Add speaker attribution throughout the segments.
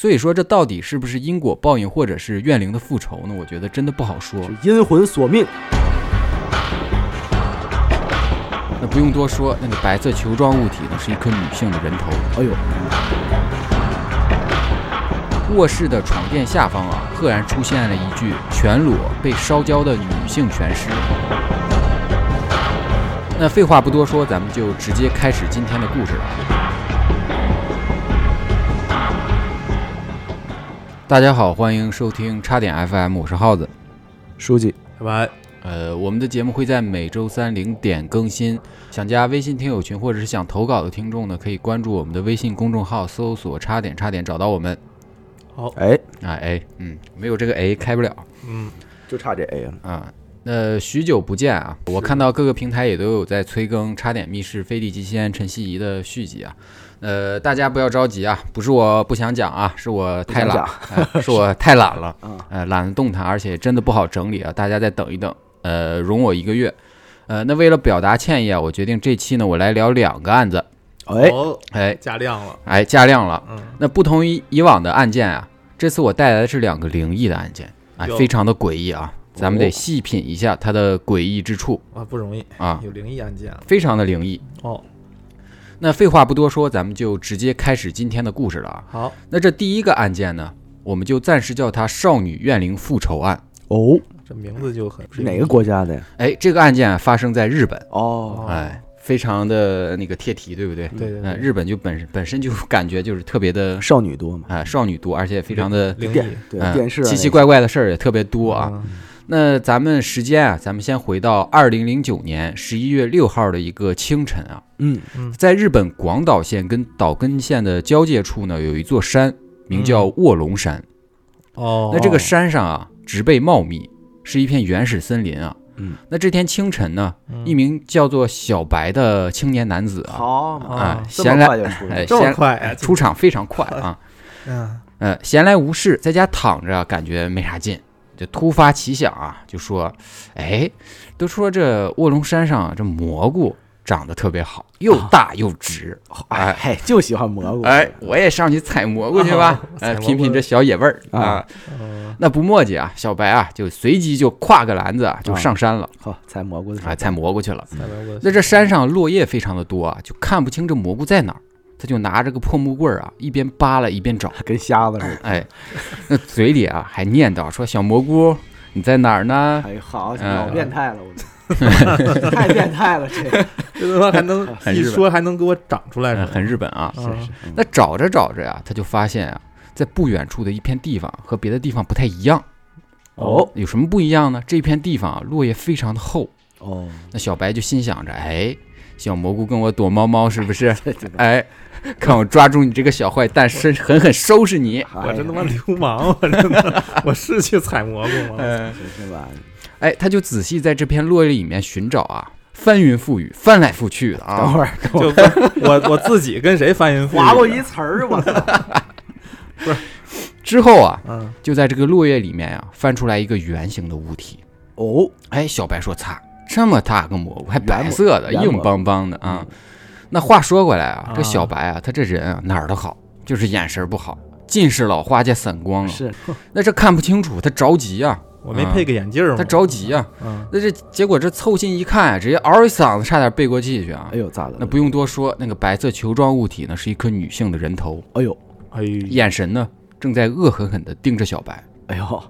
Speaker 1: 所以说，这到底是不是因果报应，或者是怨灵的复仇呢？我觉得真的不好说。
Speaker 2: 是阴魂索命。
Speaker 1: 那不用多说，那个白色球状物体呢，是一颗女性的人头。
Speaker 2: 哎呦，
Speaker 1: 卧室的床垫下方啊，赫然出现了一具全裸被烧焦的女性全尸。那废话不多说，咱们就直接开始今天的故事了啊。大家好，欢迎收听叉点 FM，我是耗子。
Speaker 2: 书记，
Speaker 3: 拜拜。
Speaker 1: 呃，我们的节目会在每周三零点更新。想加微信听友群或者是想投稿的听众呢，可以关注我们的微信公众号，搜索“叉点叉点”找到我们。
Speaker 2: 哎，
Speaker 1: 啊哎，嗯，没有这个 A 开不了
Speaker 3: 嗯，
Speaker 2: 就差这 A 了。
Speaker 1: 啊。那许久不见啊，我看到各个平台也都有在催更《差点密室》飞地极限陈希怡的续集啊。呃，大家不要着急啊，不是我不想讲啊，是我太
Speaker 2: 不
Speaker 1: 懒
Speaker 2: 想，
Speaker 1: 哎是我太懒了
Speaker 2: 嗯，
Speaker 1: 呃，懒得动弹，而且真的不好整理啊，大家再等一等，呃，容我一个月。呃，那为了表达歉意啊，我决定这期呢，我来聊两个案子。
Speaker 2: 哎，
Speaker 3: 哦，
Speaker 1: 哎
Speaker 3: 加量了，
Speaker 1: 哎，加量了，
Speaker 3: 嗯，
Speaker 1: 那不同于以往的案件啊，这次我带来的是两个灵异的案件，哎，
Speaker 3: 哟
Speaker 1: 非常的诡异啊，咱们
Speaker 2: 哦
Speaker 1: 得细品一下它的诡异之处
Speaker 3: 啊，不容易，
Speaker 1: 啊，
Speaker 3: 有灵异案件了，
Speaker 1: 非常的灵异。
Speaker 3: 哦，
Speaker 1: 那废话不多说，咱们就直接开始今天的故事了啊。
Speaker 3: 好，
Speaker 1: 那这第一个案件呢，我们就暂时叫它“少女怨灵复仇案
Speaker 2: 哦，
Speaker 3: 这名字就很
Speaker 2: 是哪个？国家的呀？”。
Speaker 1: 哎，这个案件啊发生在日本，
Speaker 2: 哦，
Speaker 1: 哎，非常的那个贴题，对不对？
Speaker 3: 对对
Speaker 1: 那
Speaker 3: 对，
Speaker 1: 日本就本本身就感觉就是特别的
Speaker 2: 少女多嘛，
Speaker 1: 啊、少女多，而且非常的
Speaker 3: 灵
Speaker 2: 电
Speaker 3: 异
Speaker 2: 对
Speaker 1: 嗯
Speaker 2: 电视啊
Speaker 1: 奇奇
Speaker 2: 那
Speaker 1: 怪怪的事儿也特别多啊。，
Speaker 3: 嗯
Speaker 1: 那咱们时间啊，咱们先回到二零零九年十一月六号的一个清晨啊，
Speaker 2: 嗯
Speaker 1: 在日本广岛县跟岛根县的交界处呢，有一座山，名叫卧龙山。
Speaker 3: 哦，
Speaker 2: 嗯
Speaker 1: 那这个山上啊，植被茂密，是一片原始森林啊。
Speaker 2: 嗯，
Speaker 1: 那这天清晨呢，
Speaker 3: 嗯
Speaker 1: 一名叫做小白的青年男子啊，
Speaker 2: 好
Speaker 3: 啊
Speaker 2: 嘛，
Speaker 1: 啊，
Speaker 2: 这么
Speaker 1: 闲来
Speaker 2: 快就出来
Speaker 1: 哎
Speaker 2: 了，
Speaker 3: 这么
Speaker 1: 闲
Speaker 3: 快啊，
Speaker 1: 出场非常快啊，
Speaker 3: 嗯，
Speaker 1: 呃，闲来无事，在家躺着啊感觉没啥劲，就突发奇想啊，就说，哎，都说这卧龙山上啊这蘑菇长得特别好，又大又直，
Speaker 2: 哎嘿，就喜欢蘑菇，
Speaker 1: 哎，我也上去采蘑菇去吧，
Speaker 3: 啊
Speaker 1: 哎，
Speaker 3: 采蘑菇
Speaker 1: 品品这小野味儿啊
Speaker 2: 啊。
Speaker 3: 哦
Speaker 1: 那不墨迹啊，小白啊就随即就挎个篮子啊就上山了，
Speaker 2: 好采蘑菇的时候
Speaker 1: 啊，采蘑菇去了。
Speaker 3: 采蘑菇的
Speaker 1: 那这山上落叶非常的多啊，就看不清这蘑菇在哪儿，他就拿着个破木棍儿啊，一边扒拉一边找。
Speaker 2: 跟瞎子似的。
Speaker 1: 哎，那嘴里啊还念叨说：“小蘑菇，你在哪儿呢
Speaker 2: 哎，好，
Speaker 1: 嗯
Speaker 2: 老变态了，我 们太变态了，这个
Speaker 3: 这他妈还能
Speaker 1: 很
Speaker 3: 一
Speaker 1: 日本
Speaker 3: 说还能给我长出？”来
Speaker 1: 嗯
Speaker 3: 是吧，
Speaker 1: 很日本啊。
Speaker 3: 是是，
Speaker 1: 那找着找着呀、他就发现啊，在不远处的一片地方和别的地方不太一样。
Speaker 2: 哦
Speaker 1: 有什么不一样呢？这片地方啊，落叶非常的厚。
Speaker 2: 哦，
Speaker 1: 那小白就心想着：“哎，小蘑菇跟我躲猫猫是不是？
Speaker 2: 这这个
Speaker 1: 哎，看我抓住你这个小坏蛋，深狠狠收拾
Speaker 2: 哎
Speaker 1: 你！”
Speaker 3: 我真他
Speaker 1: 哎
Speaker 3: 妈流氓，我真的，我是去采蘑菇 吗？
Speaker 1: 嗯，
Speaker 2: 真是吧？
Speaker 1: 哎，他就仔细在这片落叶里面寻找啊，翻云覆雨，翻来覆去的啊
Speaker 2: 等。会儿
Speaker 3: 就我我自己跟谁翻云覆雨？
Speaker 2: 划过一词儿，我操！
Speaker 1: 之后啊，
Speaker 3: 嗯，
Speaker 1: 就在这个落叶里面啊，翻出来一个圆形的物体。
Speaker 2: 哦，
Speaker 1: 哎，小白说：“擦，这么大个蘑菇，还
Speaker 2: 圆蘑
Speaker 1: 白色的，
Speaker 2: 圆蘑
Speaker 1: 硬邦邦的啊。”那话说回来啊，这
Speaker 3: 啊
Speaker 1: 小白啊，他这人啊哪儿都好，就是眼神不好，近视老花加散光了。
Speaker 2: 是
Speaker 1: 那这看不清楚，他着急啊，
Speaker 3: 我没配个眼镜儿吗？
Speaker 1: 他着急啊。
Speaker 3: 嗯，
Speaker 1: 那这结果这凑近一看、啊，直接嗷一嗓子，差点背过气去啊
Speaker 2: 哎。呦，咋的了？
Speaker 1: 那不用多说，那个白色球状物体呢，是一颗女性的人头，
Speaker 2: 哎呦，
Speaker 3: 哎呦，
Speaker 1: 眼神呢正在恶狠狠地盯着小白，
Speaker 2: 哎呦，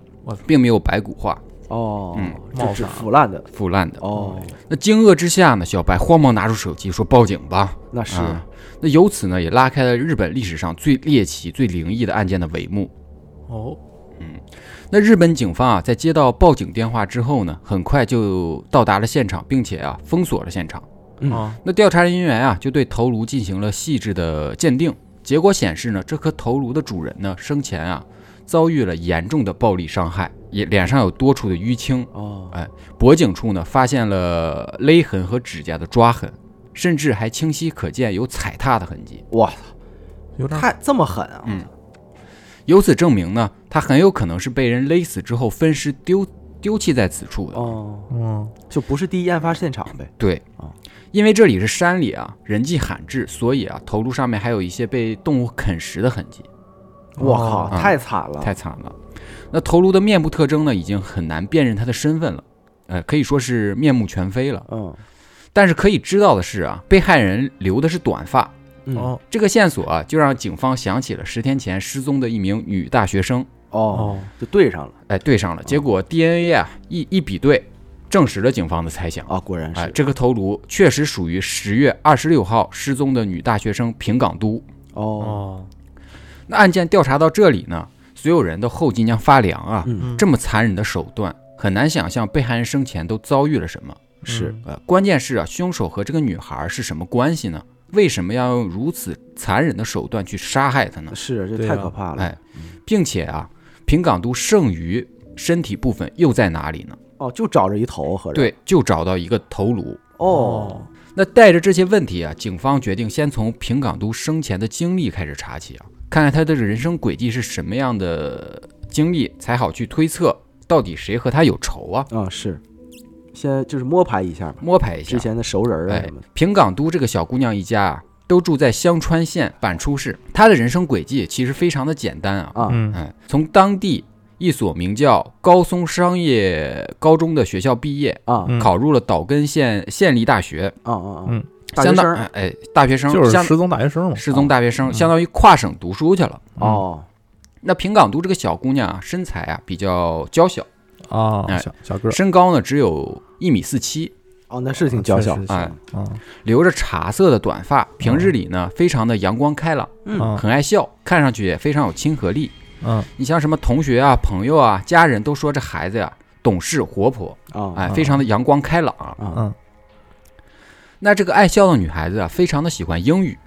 Speaker 1: 并没有白骨化，
Speaker 2: 哦，
Speaker 1: 嗯
Speaker 2: 这
Speaker 3: 冒
Speaker 2: 是
Speaker 3: 傻
Speaker 2: 腐烂的，
Speaker 1: 腐烂的。
Speaker 2: 哦，
Speaker 1: 那惊愕之下呢，小白慌忙拿出手机说：“报警吧！”
Speaker 2: 那是
Speaker 1: 啊，那由此呢，也拉开了日本历史上最猎奇、最灵异的案件的帷幕。
Speaker 3: 哦，
Speaker 1: 那日本警方啊，在接到报警电话之后呢，很快就到达了现场，并且啊，封锁了现场。
Speaker 2: 嗯
Speaker 3: 啊，
Speaker 1: 那调查人员啊，就对头颅进行了细致的鉴定，结果显示呢，这颗头颅的主人呢，生前啊，遭遇了严重的暴力伤害，也脸上有多处的淤青，
Speaker 2: 哦，
Speaker 1: 哎脖颈处呢发现了勒痕和指甲的抓痕，甚至还清晰可见有踩踏的痕迹。
Speaker 2: 哇，
Speaker 3: 有点
Speaker 2: 太这么狠啊！
Speaker 1: 嗯由此证明呢，他很有可能是被人勒死之后分尸丢丢弃在此处的。
Speaker 2: 哦，
Speaker 3: 嗯，
Speaker 2: 就不是第一案发现场呗？
Speaker 1: 对
Speaker 2: 哦，
Speaker 1: 因为这里是山里啊，人迹罕至，所以啊，头颅上面还有一些被动物啃食的痕迹。
Speaker 2: 我靠，
Speaker 1: 嗯
Speaker 2: 太惨了！
Speaker 1: 太惨了。那头颅的面部特征呢，已经很难辨认他的身份了，呃，可以说是面目全非了。
Speaker 2: 嗯
Speaker 1: 但是可以知道的是啊，被害人留的是短发，
Speaker 2: 嗯
Speaker 3: 哦
Speaker 1: 这个线索啊，就让警方想起了十天前失踪的一名女大学生，
Speaker 2: 哦，
Speaker 3: 哦，
Speaker 2: 就对上了
Speaker 1: 哎，对上了。结果 DNA 啊一一比对，证实了警方的猜想。
Speaker 2: 啊，果然
Speaker 1: 哎，
Speaker 2: 是
Speaker 1: 这个头颅确实属于十月二十六号失踪的女大学生平冈都。
Speaker 2: 哦，
Speaker 3: 哦，
Speaker 1: 那案件调查到这里呢，所有人都后脊梁发凉啊！
Speaker 2: 嗯
Speaker 1: 这么残忍的手段，很难想象被害人生前都遭遇了什么。
Speaker 2: 是
Speaker 1: 呃，关键是啊，凶手和这个女孩是什么关系呢？为什么要用如此残忍的手段去杀害她呢？
Speaker 2: 是，这
Speaker 3: 对
Speaker 2: 太
Speaker 3: 啊
Speaker 2: 可怕了。
Speaker 1: 哎，并且啊，平冈都剩余身体部分又在哪里呢？
Speaker 2: 哦，就找着一头，合着
Speaker 1: 对，就找到一个头颅。
Speaker 2: 哦，
Speaker 1: 那带着这些问题啊，警方决定先从平冈都生前的经历开始查起啊，看看他的人生轨迹是什么样的经历，才好去推测到底谁和他有仇
Speaker 3: 哦
Speaker 1: 啊。
Speaker 2: 啊是，先就是摸排一下吧，
Speaker 1: 摸排一下
Speaker 2: 之，前的熟人啊
Speaker 1: 哎
Speaker 2: 什么的，，
Speaker 1: 平冈都这个小姑娘一家啊，都住在香川县板出市。她的人生轨迹其实非常的简单啊，
Speaker 2: 啊
Speaker 3: 嗯
Speaker 1: 哎，从当地一所名叫高松商业高中的学校毕业，
Speaker 2: 啊
Speaker 3: 嗯
Speaker 1: 考入了岛根县县立大学，
Speaker 2: 啊啊啊
Speaker 3: 嗯，
Speaker 2: 大学
Speaker 1: 相当
Speaker 2: 生
Speaker 1: 哎哎大学生
Speaker 3: 就是
Speaker 1: 相
Speaker 3: 失踪大学生嘛，
Speaker 1: 失踪大学生，
Speaker 3: 嗯
Speaker 1: 相当于跨省读书去了。
Speaker 2: 哦，
Speaker 1: 那平冈都这个小姑娘啊，身材啊比较娇小，
Speaker 3: 啊
Speaker 1: 哎，
Speaker 3: 小小个儿
Speaker 1: 身高呢只有一米四七，
Speaker 2: 哦，那是挺娇小
Speaker 3: 确实，是
Speaker 1: 哎，
Speaker 3: 啊
Speaker 1: 留着茶色的短发，平日里
Speaker 3: 嗯
Speaker 1: 呢非常的阳光开朗，
Speaker 2: 嗯，
Speaker 3: 啊
Speaker 1: 很爱笑，看上去也非常有亲和力。
Speaker 3: 嗯
Speaker 1: 你像什么同学啊、朋友啊、家人都说这孩子呀、懂事活泼，
Speaker 2: 啊
Speaker 1: 哎，
Speaker 3: 嗯
Speaker 1: 非常的阳光开朗啊。
Speaker 2: 啊
Speaker 3: 嗯
Speaker 1: 那这个爱笑的女孩子啊，非常的喜欢英语，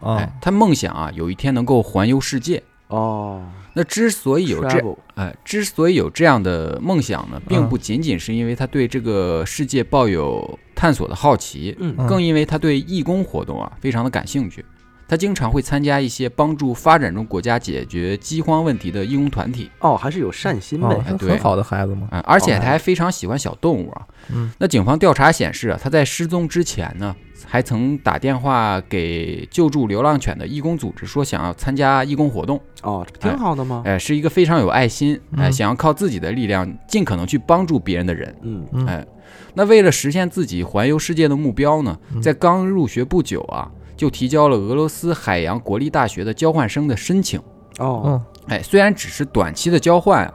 Speaker 1: 哎
Speaker 3: 啊，
Speaker 1: 她梦想啊有一天能够环游世界。
Speaker 2: 哦，
Speaker 1: 那之所以有这
Speaker 3: 啊
Speaker 2: travel
Speaker 1: 呃，之所以有这样的梦想
Speaker 3: 嗯
Speaker 1: 呢，并不仅仅是因为他对这个世界抱有探索的好奇，
Speaker 2: 嗯
Speaker 3: 嗯
Speaker 1: 更因为他对义工活动啊非常的感兴趣。他经常会参加一些帮助发展中国家解决饥荒问题的义工团体，
Speaker 2: 哦，还是有善心
Speaker 3: 哦
Speaker 2: 呗，
Speaker 1: 哎
Speaker 3: 是
Speaker 1: 对
Speaker 3: 很好的孩子嘛，
Speaker 1: 啊、而且
Speaker 2: 好
Speaker 1: 他还非常喜欢小动物啊。
Speaker 3: 嗯，
Speaker 1: 那警方调查显示啊，他在失踪之前呢，还曾打电话给救助流浪犬的义工组织，说想要参加义工活动。
Speaker 2: 哦，这不挺好的吗？
Speaker 1: 哎、是一个非常有爱心，哎、
Speaker 3: 嗯
Speaker 1: 想要靠自己的力量尽可能去帮助别人的人。
Speaker 2: 嗯
Speaker 3: 嗯
Speaker 1: 哎，那为了实现自己环游世界的目标呢，
Speaker 3: 嗯
Speaker 1: 在刚入学不久啊，就提交了俄罗斯海洋国立大学的交换生的申请。
Speaker 2: 哦，
Speaker 3: 嗯
Speaker 1: 哎，虽然只是短期的交换啊，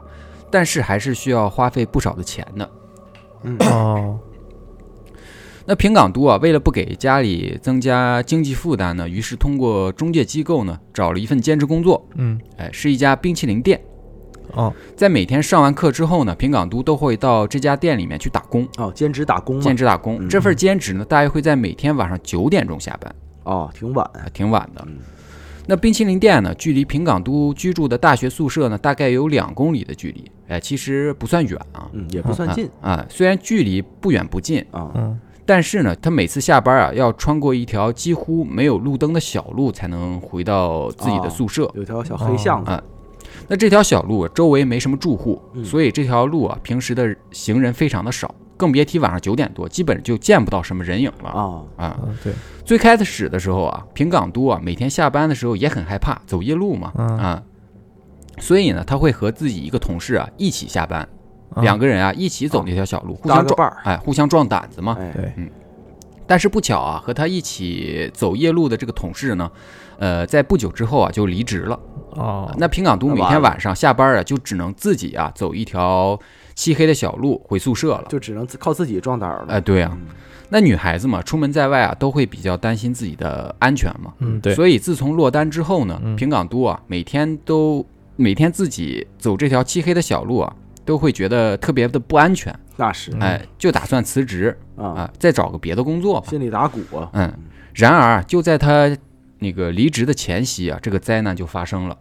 Speaker 1: 但是还是需要花费不少的钱的。
Speaker 2: 嗯
Speaker 3: 哦
Speaker 1: 那平冈都啊，为了不给家里增加经济负担呢，于是通过中介机构呢，找了一份兼职工作。
Speaker 3: 嗯
Speaker 1: 哎，是一家冰淇淋店。
Speaker 3: 哦
Speaker 1: 在每天上完课之后呢，平冈都都会到这家店里面去打工，
Speaker 2: 哦，兼职打工嘛
Speaker 1: 兼，职打工。
Speaker 2: 嗯
Speaker 1: 这份兼职呢，大约会在每天晚上九点钟下班，
Speaker 2: 哦，挺晚，
Speaker 1: 还挺晚的
Speaker 2: 嗯。
Speaker 1: 那冰淇淋店呢，距离平冈都居住的大学宿舍呢，大概有两公里的距离。哎，其实不算远啊，
Speaker 2: 嗯，也不算近
Speaker 1: 啊啊。虽然距离不远不近，
Speaker 2: 啊，
Speaker 3: 嗯
Speaker 1: 但是呢，他每次下班啊，要穿过一条几乎没有路灯的小路，才能回到自己的
Speaker 2: 哦
Speaker 1: 宿舍。
Speaker 2: 有条小黑巷子
Speaker 1: 啊，那这条小路啊周围没什么住户，
Speaker 2: 嗯
Speaker 1: 所以这条路啊，平时的行人非常的少，更别提晚上九点多，基本就见不到什么人影了。
Speaker 2: 啊，
Speaker 1: 啊，
Speaker 3: 嗯对，
Speaker 1: 最开始的时候啊，平冈都啊，每天下班的时候也很害怕走夜路嘛，
Speaker 3: 嗯
Speaker 1: 啊，所以呢，他会和自己一个同事啊一起下班，
Speaker 3: 啊
Speaker 1: 两个人啊一起走那条小路，互
Speaker 2: 搭
Speaker 1: 相
Speaker 2: 个
Speaker 1: 撞，
Speaker 2: 伴儿，
Speaker 1: 哎，互相壮胆子嘛。
Speaker 2: 哎，
Speaker 3: 对
Speaker 1: 但是不巧啊，和他一起走夜路的这个同事呢，呃，在不久之后啊就离职了。
Speaker 3: 哦
Speaker 1: 那平冈都
Speaker 2: 那
Speaker 1: 每
Speaker 2: 完
Speaker 1: 天
Speaker 2: 了
Speaker 1: 晚上下班啊，就只能自己啊走一条漆黑的小路回宿舍了。
Speaker 2: 就只能自靠自己壮胆儿
Speaker 1: 哎，
Speaker 2: 了。嗯
Speaker 1: 对啊，那女孩子嘛，出门在外啊，都会比较担心自己的安全嘛。
Speaker 3: 嗯对，
Speaker 1: 所以自从落单之后呢，
Speaker 3: 嗯
Speaker 1: 平冈都啊，每天都每天自己走这条漆黑的小路啊，都会觉得特别的不安全。
Speaker 2: 那是
Speaker 3: 嗯
Speaker 1: 哎，就打算辞职
Speaker 2: 啊，
Speaker 1: 啊，再找个别的工作吧。
Speaker 2: 心里打鼓啊，
Speaker 1: 嗯，然而啊就在他那个离职的前夕啊，这个灾难就发生了。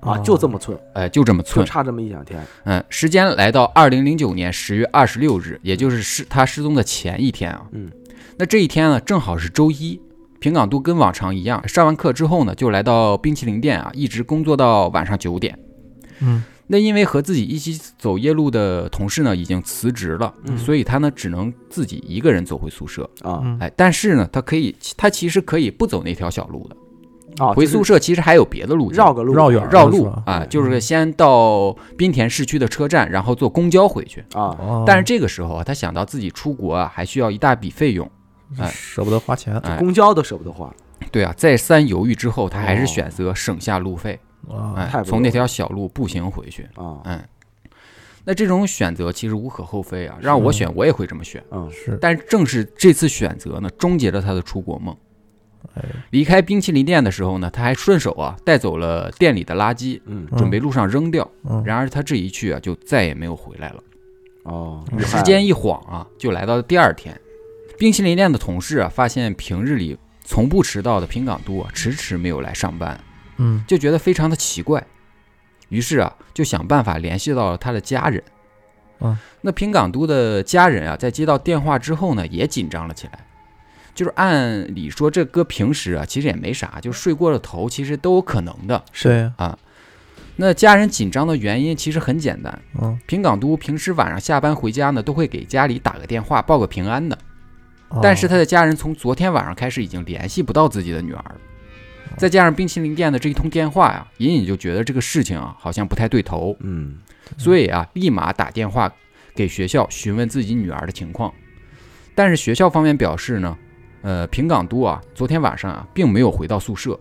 Speaker 2: 啊，
Speaker 3: 哦
Speaker 2: 就这么寸，
Speaker 1: 哎，就这么
Speaker 2: 就
Speaker 1: 寸，
Speaker 2: 差这么一两天
Speaker 1: 嗯，时间来到二零零九年十月二十六日，也就是失他失踪的前一天啊。
Speaker 2: 嗯，
Speaker 1: 那这一天呢，正好是周一。平冈都跟往常一样，上完课之后呢，就来到冰淇淋店啊，一直工作到晚上九点。
Speaker 3: 嗯
Speaker 1: 那因为和自己一起走夜路的同事呢已经辞职了，
Speaker 2: 嗯
Speaker 1: 所以他呢只能自己一个人走回宿舍。哎
Speaker 2: 啊，
Speaker 3: 嗯
Speaker 1: 哎，但是呢，他可以，他其实可以不走那条小路的。
Speaker 2: 哦，
Speaker 1: 回
Speaker 2: 就是
Speaker 1: 宿舍其实还有别的路径，
Speaker 2: 绕个路，
Speaker 3: 绕远儿
Speaker 1: 绕
Speaker 3: 了是
Speaker 1: 路
Speaker 3: 吧
Speaker 1: 啊，就是先到滨田市区的车站，然后坐公交回去。
Speaker 2: 啊，
Speaker 3: 哦
Speaker 1: 但是这个时候啊，他想到自己出国啊，还需要一大笔费用，哎
Speaker 3: 舍不得花钱
Speaker 1: 哎，
Speaker 2: 公交都舍不得花，
Speaker 1: 对啊，再三犹豫之后，他还是
Speaker 2: 哦
Speaker 1: 选择省下路费，
Speaker 3: 啊，
Speaker 1: 哎
Speaker 2: 太，不
Speaker 1: 从
Speaker 2: 容
Speaker 1: 那
Speaker 2: 易
Speaker 1: 条小路步行回去。
Speaker 2: 啊，
Speaker 1: 嗯，那这种选择其实无可厚非啊，让我选我也会这么选。
Speaker 2: 嗯，
Speaker 3: 是
Speaker 1: 但正是这次选择呢，终结了他的出国梦
Speaker 3: 哎。
Speaker 1: 离开冰淇淋店的时候呢，他还顺手啊带走了店里的垃圾，
Speaker 2: 嗯，
Speaker 3: 嗯
Speaker 1: 准备路上扔掉。
Speaker 3: 嗯
Speaker 1: 然而他这一去啊，就再也没有回来了。
Speaker 2: 哦，
Speaker 3: 嗯
Speaker 1: 时间一晃啊，就来到了第二天。冰淇淋店的同事啊，发现平日里从不迟到的平冈都啊，迟迟没有来上班，
Speaker 3: 嗯
Speaker 1: 就觉得非常的奇怪。于是啊，就想办法联系到了他的家人。
Speaker 3: 嗯，
Speaker 1: 那平冈都的家人啊，在接到电话之后呢，也紧张了起来。就是按理说，这搁平时啊，其实也没啥，就睡过了头，其实都有可能的。
Speaker 3: 对啊呀，
Speaker 1: 那家人紧张的原因其实很简单，
Speaker 3: 嗯
Speaker 1: 平冈都平时晚上下班回家呢，都会给家里打个电话报个平安的。
Speaker 2: 哦
Speaker 3: 哦
Speaker 1: 但是他的家人从昨天晚上开始已经联系不到自己的女儿了，
Speaker 2: 哦
Speaker 1: 再加上冰淇淋店的这一通电话呀，隐隐就觉得这个事情啊好像不太对头，
Speaker 2: 嗯，
Speaker 1: 所以啊立马打电话给学校询问自己女儿的情况。但是学校方面表示呢，呃，平冈都啊昨天晚上啊并没有回到宿舍。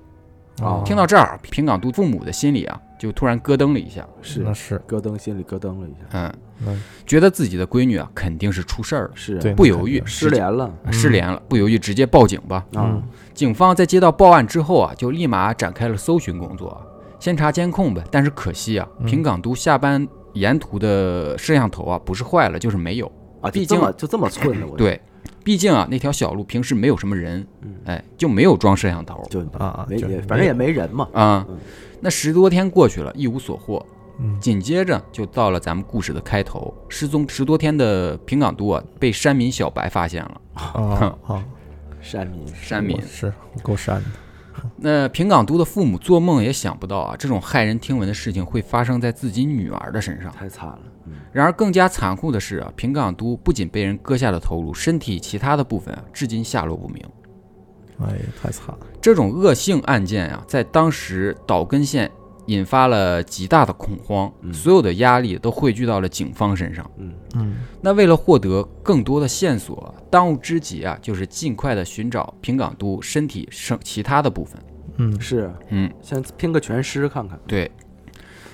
Speaker 2: 哦
Speaker 1: 听到这儿，平冈都父母的心里啊就突然咯噔了一下，
Speaker 2: 是
Speaker 3: 那是
Speaker 2: 咯噔，心里咯噔了一下，
Speaker 1: 嗯，
Speaker 3: 嗯
Speaker 1: 觉得自己的闺女啊肯定是出事儿了。
Speaker 2: 是啊
Speaker 3: 对
Speaker 1: 不犹豫
Speaker 2: 失联了
Speaker 1: 啊
Speaker 3: 嗯
Speaker 1: 失联了，不犹豫直接报警吧。
Speaker 2: 啊，
Speaker 1: 警方在接到报案之后啊，就立马展开了搜寻工作，先查监控呗。但是可惜啊，
Speaker 3: 嗯
Speaker 1: 平冈都下班沿途的摄像头啊，不是坏了就是没有。
Speaker 2: 啊，
Speaker 1: 毕
Speaker 2: 就这
Speaker 1: 竟
Speaker 2: 么就这么寸的，我，
Speaker 1: 对，毕竟啊那条小路平时没有什么人
Speaker 2: 嗯，
Speaker 1: 哎，就没有装摄像头。
Speaker 2: 就
Speaker 3: 啊
Speaker 2: 没
Speaker 3: 就
Speaker 2: 也
Speaker 3: 是
Speaker 2: 反正也没人嘛，
Speaker 1: 啊、
Speaker 2: 嗯
Speaker 1: 那十多天过去了，一无所获。
Speaker 3: 嗯
Speaker 1: 紧接着就到了咱们故事的开头，失踪十多天的平冈都啊，被山民小白发现了。
Speaker 3: 啊 啊，
Speaker 2: 山民
Speaker 1: 山民
Speaker 3: 我是够山的，
Speaker 1: 那平冈都的父母做梦也想不到啊，这种骇人听闻的事情会发生在自己女儿的身上。
Speaker 2: 太惨了，嗯，
Speaker 1: 然而更加残酷的是啊，平冈都不仅被人割下了头颅，身体其他的部分啊，至今下落不明。
Speaker 3: 哎，太惨了，
Speaker 1: 这种恶性案件啊，在当时岛根县引发了极大的恐慌，
Speaker 2: 嗯
Speaker 1: 所有的压力都汇聚到了警方身上。
Speaker 2: 嗯
Speaker 3: 嗯
Speaker 1: 那为了获得更多的线索，当务之急啊，就是尽快的寻找平冈都身体剩其他的部分。
Speaker 3: 嗯
Speaker 2: 是，
Speaker 1: 嗯，
Speaker 2: 先拼个全尸看看，
Speaker 1: 对，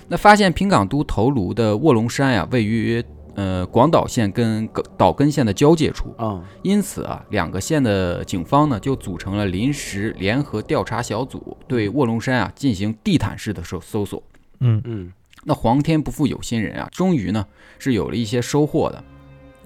Speaker 1: 那发现平冈都头颅的卧龙山呀、位于呃广岛县跟个岛根县的交界处，
Speaker 2: 啊，
Speaker 1: 因此啊，两个县的警方呢就组成了临时联合调查小组，对卧龙山啊进行地毯式的搜搜索。
Speaker 3: 嗯
Speaker 2: 嗯，
Speaker 1: 那皇天不负有心人啊，终于呢是有了一些收获的。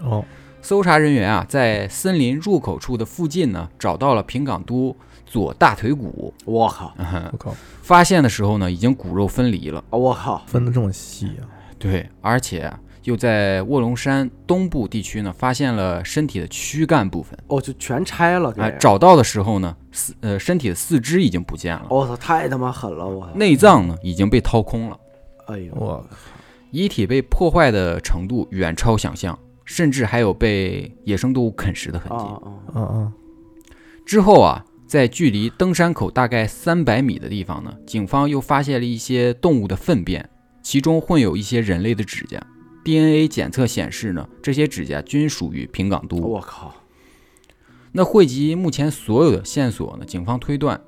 Speaker 3: 哦
Speaker 1: 搜查人员啊，在森林入口处的附近呢，找到了平冈都左大腿骨，
Speaker 2: 我靠，
Speaker 3: 我靠，
Speaker 1: 发现的时候呢，已经骨肉分离了。
Speaker 2: 啊我靠，
Speaker 3: 分的这么细啊，
Speaker 1: 对，而且啊又在卧龙山东部地区呢，发现了身体的躯干部分。
Speaker 2: 哦，就全拆了，给
Speaker 1: 哎，，找到的时候呢，四呃身体的四肢已经不见了，
Speaker 2: 我哦操，太他妈狠了，我操，
Speaker 1: 内脏呢已经被掏空了，
Speaker 2: 哎呦，
Speaker 3: 我
Speaker 1: 遗体被破坏的程度远超想象，甚至还有被野生动物啃食的痕
Speaker 2: 啊
Speaker 1: 迹。
Speaker 2: 啊
Speaker 3: 啊啊
Speaker 1: 之后啊，在距离登山口大概三百米的地方呢，警方又发现了一些动物的粪便，其中混有一些人类的指甲。DNA 检测显示呢，这些指甲均属于平冈都。
Speaker 2: 啊我靠，
Speaker 1: 那汇集目前所有的线索呢，警方推断，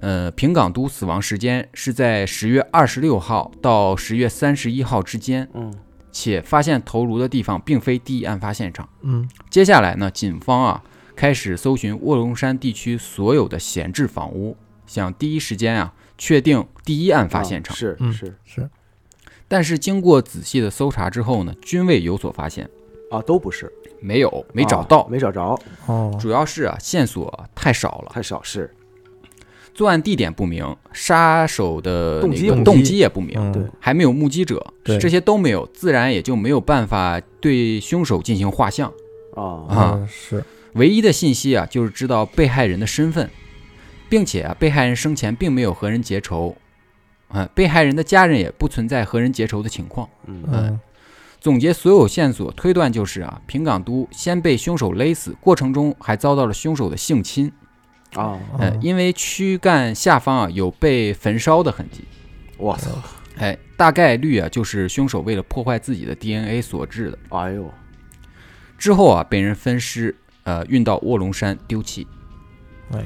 Speaker 1: 呃，平冈都死亡时间是在十月二十六号到十月三十一号之间，
Speaker 2: 嗯，
Speaker 1: 且发现头颅的地方并非第一案发现场。
Speaker 3: 嗯
Speaker 1: 接下来呢，警方啊开始搜寻卧龙山地区所有的闲置房屋，想第一时间啊确定第一案发现场。
Speaker 2: 啊是
Speaker 3: 嗯
Speaker 2: 是
Speaker 3: 是
Speaker 1: 但是经过仔细的搜查之后呢，均未有所发现，
Speaker 2: 啊，都不是，
Speaker 1: 没有，没找
Speaker 2: 啊
Speaker 1: 到。
Speaker 2: 没找着，
Speaker 3: 哦
Speaker 1: 主要是啊线索太少了。
Speaker 2: 太少是，
Speaker 1: 作案地点不明，杀手的
Speaker 2: 动
Speaker 1: 那
Speaker 2: 机
Speaker 1: 个
Speaker 2: 也不
Speaker 1: 动
Speaker 3: 明
Speaker 1: 机也不明，
Speaker 3: 嗯
Speaker 2: 对
Speaker 1: 还没有目击者，
Speaker 3: 对
Speaker 1: 这些都没有，自然也就没有办法对凶手进行画像。
Speaker 2: 啊，
Speaker 1: 啊
Speaker 3: 啊是
Speaker 1: 唯一的信息啊，就是知道被害人的身份，并且啊，被害人生前并没有和人结仇，啊，被害人的家人也不存在和人结仇的情况。
Speaker 2: 嗯
Speaker 3: 嗯
Speaker 1: 总结所有线索，推断就是啊，平冈都先被凶手勒死，过程中还遭到了凶手的性侵，
Speaker 2: 啊！
Speaker 3: 嗯
Speaker 1: 呃，因为躯干下方啊有被焚烧的痕迹，
Speaker 2: 我操！
Speaker 1: 哎，大概率啊就是凶手为了破坏自己的 DNA 所致的。
Speaker 2: 哎呦，
Speaker 1: 之后啊被人分尸，呃，运到卧龙山丢弃。
Speaker 3: 哎，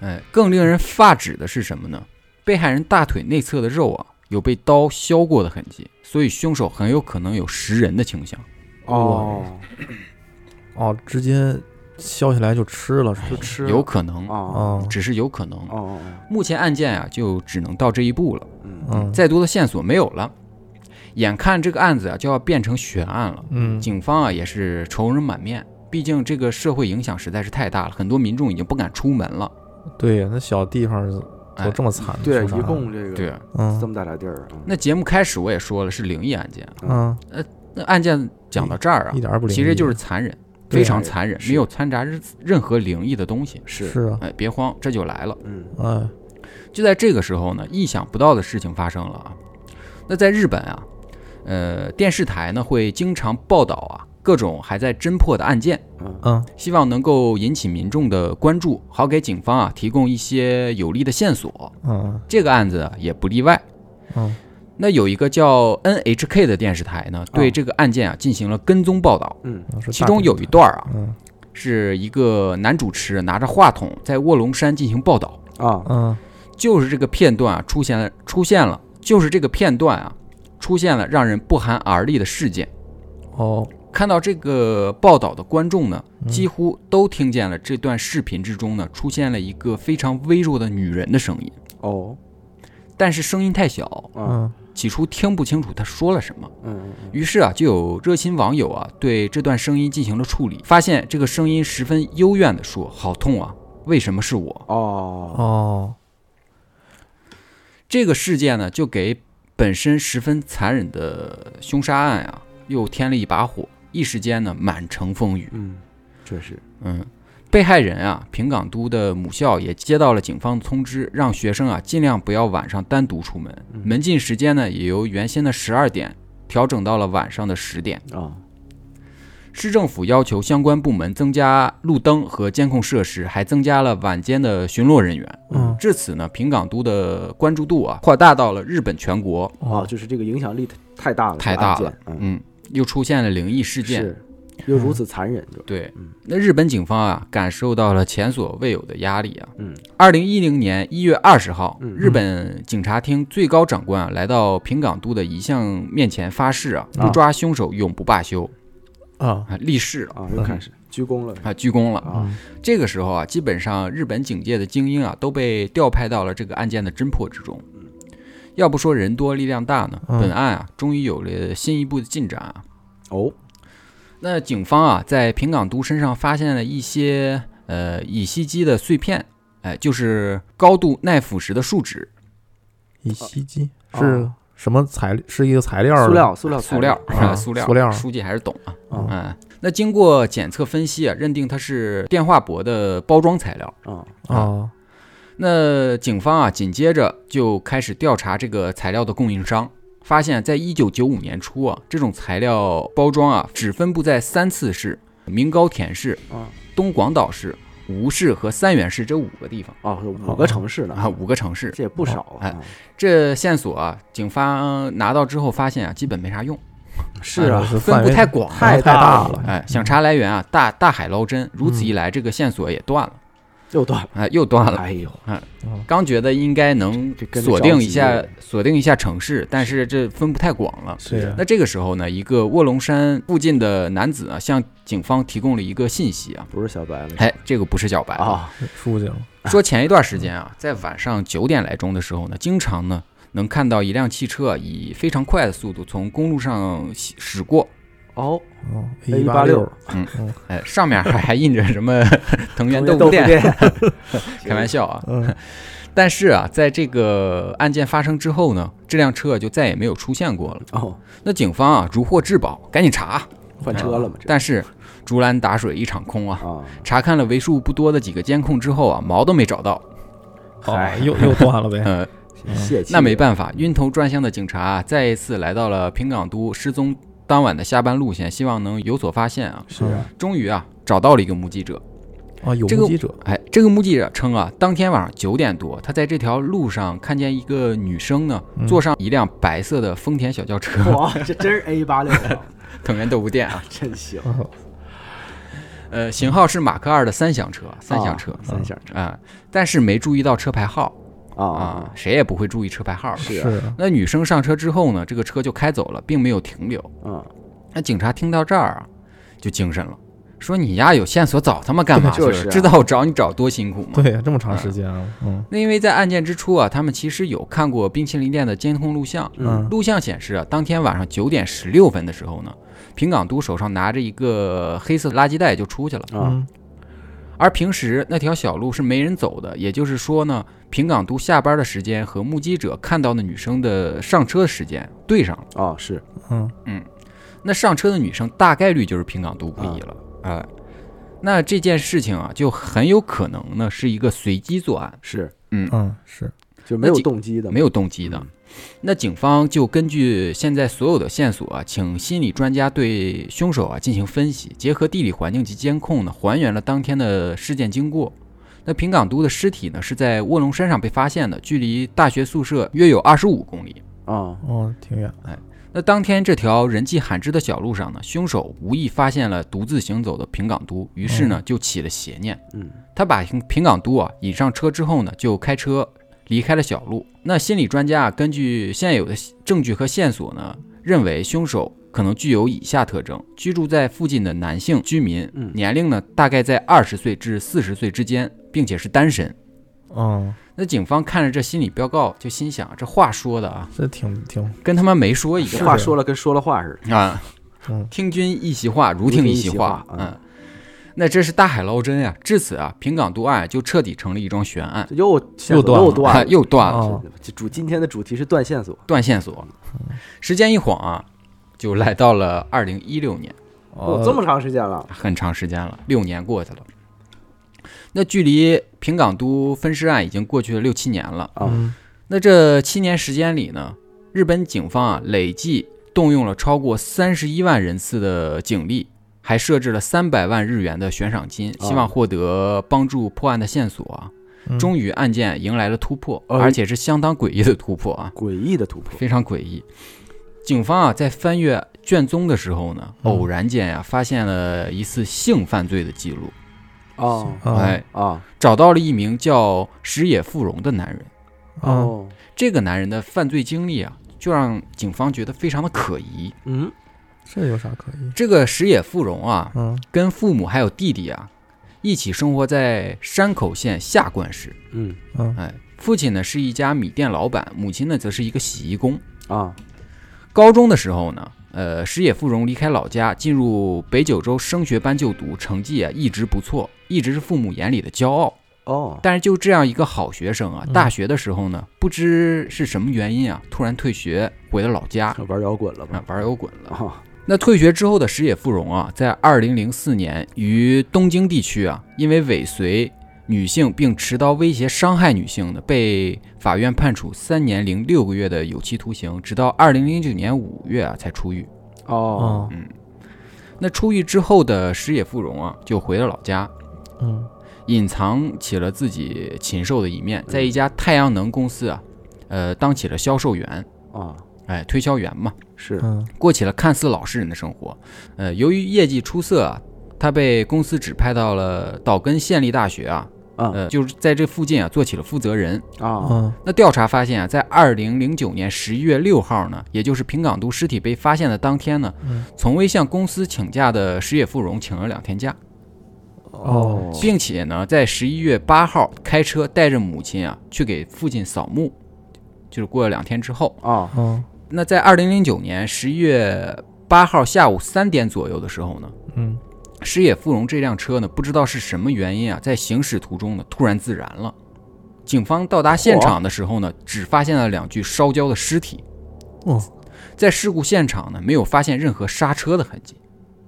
Speaker 1: 哎，更令人发指的是什么呢？被害人大腿内侧的肉啊有被刀削过的痕迹，所以凶手很有可能有食人的倾向。
Speaker 2: 哦，
Speaker 3: 哦，直接削下来就吃了，是吧
Speaker 2: 就吃
Speaker 1: 有可能，嗯
Speaker 2: 啊
Speaker 3: 哦，
Speaker 1: 只是有可能。
Speaker 2: 哦
Speaker 1: 目前案件啊就只能到这一步了，
Speaker 2: 嗯
Speaker 3: 嗯，
Speaker 1: 再多的线索没有了，眼看这个案子啊就要变成悬案了。
Speaker 3: 嗯，
Speaker 1: 警方啊也是愁容满面，毕竟这个社会影响实在是太大了，很多民众已经不敢出门了。
Speaker 3: 对呀，那小地方
Speaker 1: 哎
Speaker 3: 都这么惨，
Speaker 2: 对，
Speaker 3: 受伤
Speaker 2: 一共这个
Speaker 1: 对啊，
Speaker 2: 这
Speaker 3: 嗯
Speaker 2: 么大点地儿，嗯
Speaker 1: 那节目开始我也说了是灵异案件，
Speaker 3: 嗯，
Speaker 1: 那案件讲到这儿啊
Speaker 3: 一，点儿不灵异，
Speaker 1: 其实就是残忍，
Speaker 3: 对啊
Speaker 1: 非常残忍，
Speaker 2: 是
Speaker 1: 没有掺杂任任何灵异的东西。
Speaker 2: 是
Speaker 3: 是啊，
Speaker 1: 哎，别慌，这就来了。
Speaker 2: 嗯
Speaker 3: 哎，
Speaker 1: 就在这个时候呢，意想不到的事情发生了啊。那在日本啊，呃，电视台呢会经常报道啊各种还在侦破的案件，
Speaker 2: 嗯
Speaker 3: 嗯
Speaker 1: 希望能够引起民众的关注，好给警方啊提供一些有力的线索。
Speaker 3: 嗯
Speaker 1: 这个案子啊也不例外。
Speaker 3: 嗯，
Speaker 1: 那有一个叫 NHK 的电视台呢，对这个案件啊进行了跟踪报道，
Speaker 2: 嗯
Speaker 3: 嗯是
Speaker 1: 其
Speaker 3: 大
Speaker 1: 中
Speaker 3: 地
Speaker 1: 有
Speaker 3: 方
Speaker 1: 一段啊，
Speaker 3: 嗯
Speaker 1: 是一个男主持拿着话筒在卧龙山进行报道，
Speaker 2: 啊
Speaker 3: 嗯
Speaker 1: 就是这个片段啊出现了，出现了，就是这个片段啊出现了让人不寒而栗的事件。
Speaker 3: 哦，
Speaker 1: 看到这个报道的观众呢，
Speaker 3: 嗯
Speaker 1: 几乎都听见了这段视频之中呢出现了一个非常微弱的女人的声音，
Speaker 2: 哦
Speaker 1: 但是声音太小，
Speaker 2: 啊
Speaker 3: 嗯
Speaker 1: 起初听不清楚她说了什么。
Speaker 2: 嗯嗯
Speaker 1: 于是啊，就有热心网友啊对这段声音进行了处理，发现这个声音十分幽怨地说：“好痛啊，为什么是我？”
Speaker 2: 哦
Speaker 3: 哦，
Speaker 1: 这个事件呢，就给本身十分残忍的凶杀案啊，又添了一把火，一时间呢，满城风雨。
Speaker 2: 嗯，确实
Speaker 1: 嗯，被害人啊，平冈都的母校也接到了警方的通知，让学生啊尽量不要晚上单独出门，
Speaker 2: 嗯
Speaker 1: 门禁时间呢也由原先的十二点调整到了晚上的十点。
Speaker 2: 啊
Speaker 1: 市政府要求相关部门增加路灯和监控设施，还增加了晚间的巡逻人员。
Speaker 3: 嗯
Speaker 1: 至此呢，平冈都的关注度啊扩大到了日本全国。
Speaker 2: 哦，就是这个影响力太太大了，
Speaker 1: 太
Speaker 2: 这个案
Speaker 1: 大了
Speaker 2: 件，嗯，
Speaker 1: 嗯，又出现了灵异事件。嗯
Speaker 2: 是又如此残忍，就
Speaker 1: 对
Speaker 2: 嗯，
Speaker 1: 那日本警方啊，感受到了前所未有的压力啊。
Speaker 2: 嗯
Speaker 1: 二零一零年一月二十号，
Speaker 2: 嗯
Speaker 1: 日本警察厅最高长官啊，来到平冈都的遗像面前发誓啊，
Speaker 2: 啊
Speaker 1: 不抓凶手永不罢休
Speaker 3: 啊
Speaker 1: 啊，立誓了
Speaker 2: 啊又开始鞠躬了
Speaker 1: 啊，鞠躬了。
Speaker 2: 啊
Speaker 1: 这个时候啊，基本上日本警界的精英啊，都被调派到了这个案件的侦破之中。
Speaker 2: 嗯
Speaker 1: 要不说人多力量大呢，
Speaker 3: 嗯
Speaker 1: 本案啊，终于有了新一步的进展啊。
Speaker 2: 哦
Speaker 1: 那警方啊，在平冈都身上发现了一些呃乙烯基的碎片，哎，就是高度耐腐蚀的树脂、
Speaker 3: 乙烯基
Speaker 2: 啊
Speaker 3: 是什么材？是一个材料儿的？
Speaker 2: 哦塑料塑料材
Speaker 1: 塑料、
Speaker 3: 啊
Speaker 1: 塑料、
Speaker 3: 塑料哦
Speaker 1: 书记还是懂啊。
Speaker 2: 啊
Speaker 1: 嗯，那经过检测分析啊，认定它是电化铂的包装材料。
Speaker 2: 啊
Speaker 3: 啊
Speaker 1: 那警方啊，紧接着就开始调查这个材料的供应商，发现，在一九九五年初啊，这种材料包装啊，只分布在三次市、明高田市、
Speaker 2: 啊
Speaker 1: 东广岛市、吴市和三原市这五个地方。
Speaker 2: 啊有五个城市呢
Speaker 1: 哦啊，五个城市。
Speaker 2: 这也不少
Speaker 1: 哎
Speaker 2: 啊
Speaker 1: 这线索啊，警方拿到之后发现啊，基本没啥用，
Speaker 2: 是
Speaker 1: 哎
Speaker 2: 啊
Speaker 3: 这
Speaker 1: 分
Speaker 3: 范
Speaker 1: 布
Speaker 3: 围
Speaker 1: 太广了。
Speaker 2: 太
Speaker 3: 哦太
Speaker 2: 大
Speaker 3: 大
Speaker 2: 了
Speaker 3: 了，
Speaker 1: 哎，想查来源啊，大大海捞针。如此一来，这个线索也断了，
Speaker 2: 又断了
Speaker 1: 哎，又断了。
Speaker 2: 嗯哎呦
Speaker 1: 刚觉得应该能
Speaker 2: 这跟着
Speaker 1: 锁定
Speaker 2: 着
Speaker 1: 一
Speaker 2: 急
Speaker 1: 下
Speaker 2: 了，
Speaker 1: 锁定一下城市，但是这分布太广了。
Speaker 3: 是呀
Speaker 1: 那这个时候呢，一个卧龙山附近的男子啊，向警方提供了一个信息啊，
Speaker 2: 不是小白了
Speaker 1: 哎，这个不是小白啊，
Speaker 2: 啊
Speaker 3: 出去了。
Speaker 1: 说前一段时间啊，在晚上九点来钟的时候呢，经常呢能看到一辆汽车以非常快的速度从公路上驶驶过，
Speaker 2: 哦
Speaker 3: 哦
Speaker 2: A
Speaker 3: 一
Speaker 2: 八
Speaker 3: 八
Speaker 2: 六
Speaker 3: 六，
Speaker 1: 哎，上面还还印着什么 藤原豆
Speaker 2: 豆
Speaker 1: 腐
Speaker 2: 腐
Speaker 1: 店，
Speaker 2: 店
Speaker 1: 开玩笑啊。
Speaker 3: 嗯
Speaker 1: 但是啊，在这个案件发生之后呢，这辆车就再也没有出现过了。
Speaker 2: 哦
Speaker 1: 那警方啊如获至宝，赶紧查，
Speaker 2: 换车了嘛这
Speaker 1: 但是竹篮打水一场空啊。
Speaker 2: 啊
Speaker 1: 查看了为数不多的几个监控之后啊，毛都没找到。
Speaker 3: 哦，又又断 了呗。
Speaker 1: 呃，
Speaker 2: 泄气
Speaker 1: 那没办法，晕头转向的警察啊，再一次来到了平冈都失踪当晚的下班路线，希望能有所发现啊。
Speaker 2: 是啊
Speaker 1: 终于啊，找到了一个目击者。
Speaker 3: 啊，有
Speaker 1: 这个
Speaker 3: 目击者
Speaker 1: 哎，这个目击者称啊，当天晚上九点多，他在这条路上看见一个女生呢，
Speaker 3: 嗯
Speaker 1: 坐上一辆白色的丰田小轿车，
Speaker 2: 哇，这真是 A 八六啊，
Speaker 1: 藤原豆腐店啊，
Speaker 2: 真行！
Speaker 3: 哦
Speaker 1: 呃，型号是马克二的三厢车，三厢车
Speaker 2: 啊三厢
Speaker 1: 啊、但是没注意到车牌号啊、
Speaker 2: 啊，
Speaker 1: 谁也不会注意车牌号的。
Speaker 2: 是啊，
Speaker 3: 是
Speaker 1: 那女生上车之后呢，这个车就开走了，并没有停留。
Speaker 2: 嗯，
Speaker 1: 那警察听到这儿啊，就精神了，说你丫有线索找他们干嘛去了？
Speaker 2: 就是啊
Speaker 1: 知道我找你找多辛苦吗？
Speaker 3: 对呀，这么长时间啊，嗯
Speaker 1: 那因为在案件之初啊，他们其实有看过冰淇淋店的监控录像，
Speaker 3: 嗯
Speaker 1: 录像显示啊，当天晚上九点十六分的时候呢，平冈都手上拿着一个黑色的垃圾袋就出去了。
Speaker 2: 啊，
Speaker 3: 嗯
Speaker 1: 而平时那条小路是没人走的，也就是说呢，平冈都下班的时间和目击者看到的女生的上车时间对上了。
Speaker 2: 哦，是
Speaker 3: 嗯
Speaker 1: 那上车的女生大概率就是平冈都故意了，哎、那这件事情啊，就很有可能呢是一个随机作案，
Speaker 2: 是，
Speaker 3: 嗯是
Speaker 2: 就没有
Speaker 1: 那警
Speaker 2: 动机的嘛，
Speaker 1: 没有动机的。那警方就根据现在所有的线索啊，请心理专家对凶手啊进行分析，结合地理环境及监控呢，还原了当天的事件经过。那平冈都的尸体呢是在卧龙山上被发现的，距离大学宿舍约有二十五公里。
Speaker 2: 啊，
Speaker 3: 哦，挺远，
Speaker 1: 那当天这条人迹罕至的小路上呢，凶手无意发现了独自行走的平冈都，于是呢就起了邪念，
Speaker 2: 嗯，
Speaker 1: 他把平平冈都啊引上车之后呢，就开车离开了小路。那心理专家啊，根据现有的证据和线索呢，认为凶手可能具有以下特征：居住在附近的男性居民，
Speaker 2: 嗯
Speaker 1: 年龄呢大概在二十岁至四十岁之间，并且是单身。
Speaker 3: 嗯，
Speaker 1: 那警方看着这心理报告，就心想：这话说的啊，
Speaker 3: 这挺挺
Speaker 1: 跟他妈没说一
Speaker 2: 这
Speaker 1: 样
Speaker 2: 话说了跟说了话似的，
Speaker 1: 啊！
Speaker 3: 嗯
Speaker 1: 听君一席话，如听席
Speaker 2: 如听一席话
Speaker 1: 嗯，那这是大海捞针呀、至此啊，平冈都案就彻底成了一桩悬案，啊
Speaker 2: 这又线索
Speaker 3: 断了
Speaker 2: 又断 了，
Speaker 1: 又断了。
Speaker 3: 哦
Speaker 2: 是的这主今天的主题是断线索，
Speaker 1: 断线索。时间一晃啊，就来到了二零一六年，
Speaker 2: 哦，
Speaker 3: 呃
Speaker 2: 这么长时间了，
Speaker 1: 很长时间了，六年过去了。那距离平冈都分尸案已经过去了六七年了。
Speaker 2: 啊
Speaker 3: 嗯
Speaker 1: 那这七年时间里呢，日本警方啊累计动用了超过三十一万人次的警力，还设置了三百万日元的悬赏金，
Speaker 2: 啊
Speaker 1: 希望获得帮助破案的线索啊。
Speaker 3: 嗯
Speaker 1: 终于案件迎来了突破，
Speaker 2: 哎
Speaker 1: 而且是相当诡异的突破啊！
Speaker 2: 诡异的突破，
Speaker 1: 非常诡异。警方啊，在翻阅卷宗的时候呢，
Speaker 3: 嗯
Speaker 1: 偶然间呀、发现了一次性犯罪的记录，
Speaker 2: 哦
Speaker 3: 啊
Speaker 1: 哎，
Speaker 2: 啊
Speaker 1: 找到了一名叫石野富荣的男人。
Speaker 3: 哦
Speaker 2: 哦，
Speaker 1: 这个男人的犯罪经历啊，就让警方觉得非常的可疑。
Speaker 2: 嗯，
Speaker 3: 这有啥可以？
Speaker 1: 这个石野富荣啊，
Speaker 3: 嗯
Speaker 1: 跟父母还有弟弟啊，一起生活在山口县下关市。
Speaker 2: 嗯
Speaker 3: 嗯
Speaker 1: 哎，父亲呢是一家米店老板，母亲呢则是一个洗衣工。
Speaker 2: 啊
Speaker 1: 高中的时候呢，呃，石野富荣离开老家，进入北九州升学班就读，成绩啊一直不错，一直是父母眼里的骄傲。
Speaker 2: 哦，
Speaker 1: 但是就这样一个好学生啊，
Speaker 3: 嗯
Speaker 1: 大学的时候呢，不知是什么原因啊，突然退学回了老家。
Speaker 2: 玩摇滚了吧？
Speaker 1: 啊，玩摇滚了。
Speaker 2: 啊，
Speaker 1: 那退学之后的石野富荣啊，在二零零四年于东京地区啊，因为尾随女性并持刀威胁伤害女性呢，被法院判处三年零六个月的有期徒刑，直到二零零九年五月啊才出狱。
Speaker 3: 嗯
Speaker 2: 哦，
Speaker 1: 那出狱之后的石野富荣啊，就回了老家，
Speaker 3: 嗯
Speaker 1: 隐藏起了自己禽兽的一面，在一家太阳能公司啊，呃，当起了销售员，
Speaker 2: 啊，
Speaker 1: 哎，推销员嘛，
Speaker 2: 是
Speaker 3: 嗯
Speaker 1: 过起了看似老实人的生活。呃，由于业绩出色啊，他被公司指派到了岛根县立大学啊，
Speaker 2: 啊
Speaker 1: 呃，就是在这附近啊做起了负责人。
Speaker 2: 啊，
Speaker 3: 嗯
Speaker 1: 那调查发现啊，在二零零九年十一月六号呢，也就是平冈都尸体被发现的当天呢，
Speaker 3: 嗯
Speaker 1: 从未向公司请假的石野富荣请了两天假。
Speaker 3: 哦
Speaker 1: 并且呢，在十一月八号开车带着母亲啊去给父亲扫墓，就是过了两天之后。
Speaker 2: 啊
Speaker 3: 嗯
Speaker 1: 那在二零零九年十一月八号下午三点左右的时候呢，
Speaker 3: 嗯
Speaker 1: 矢野富荣这辆车呢，不知道是什么原因啊，在行驶途中呢突然自燃了。警方到达现场的时候呢，只发现了两具烧焦的尸体，
Speaker 3: 哦
Speaker 1: 在事故现场呢没有发现任何刹车的痕迹。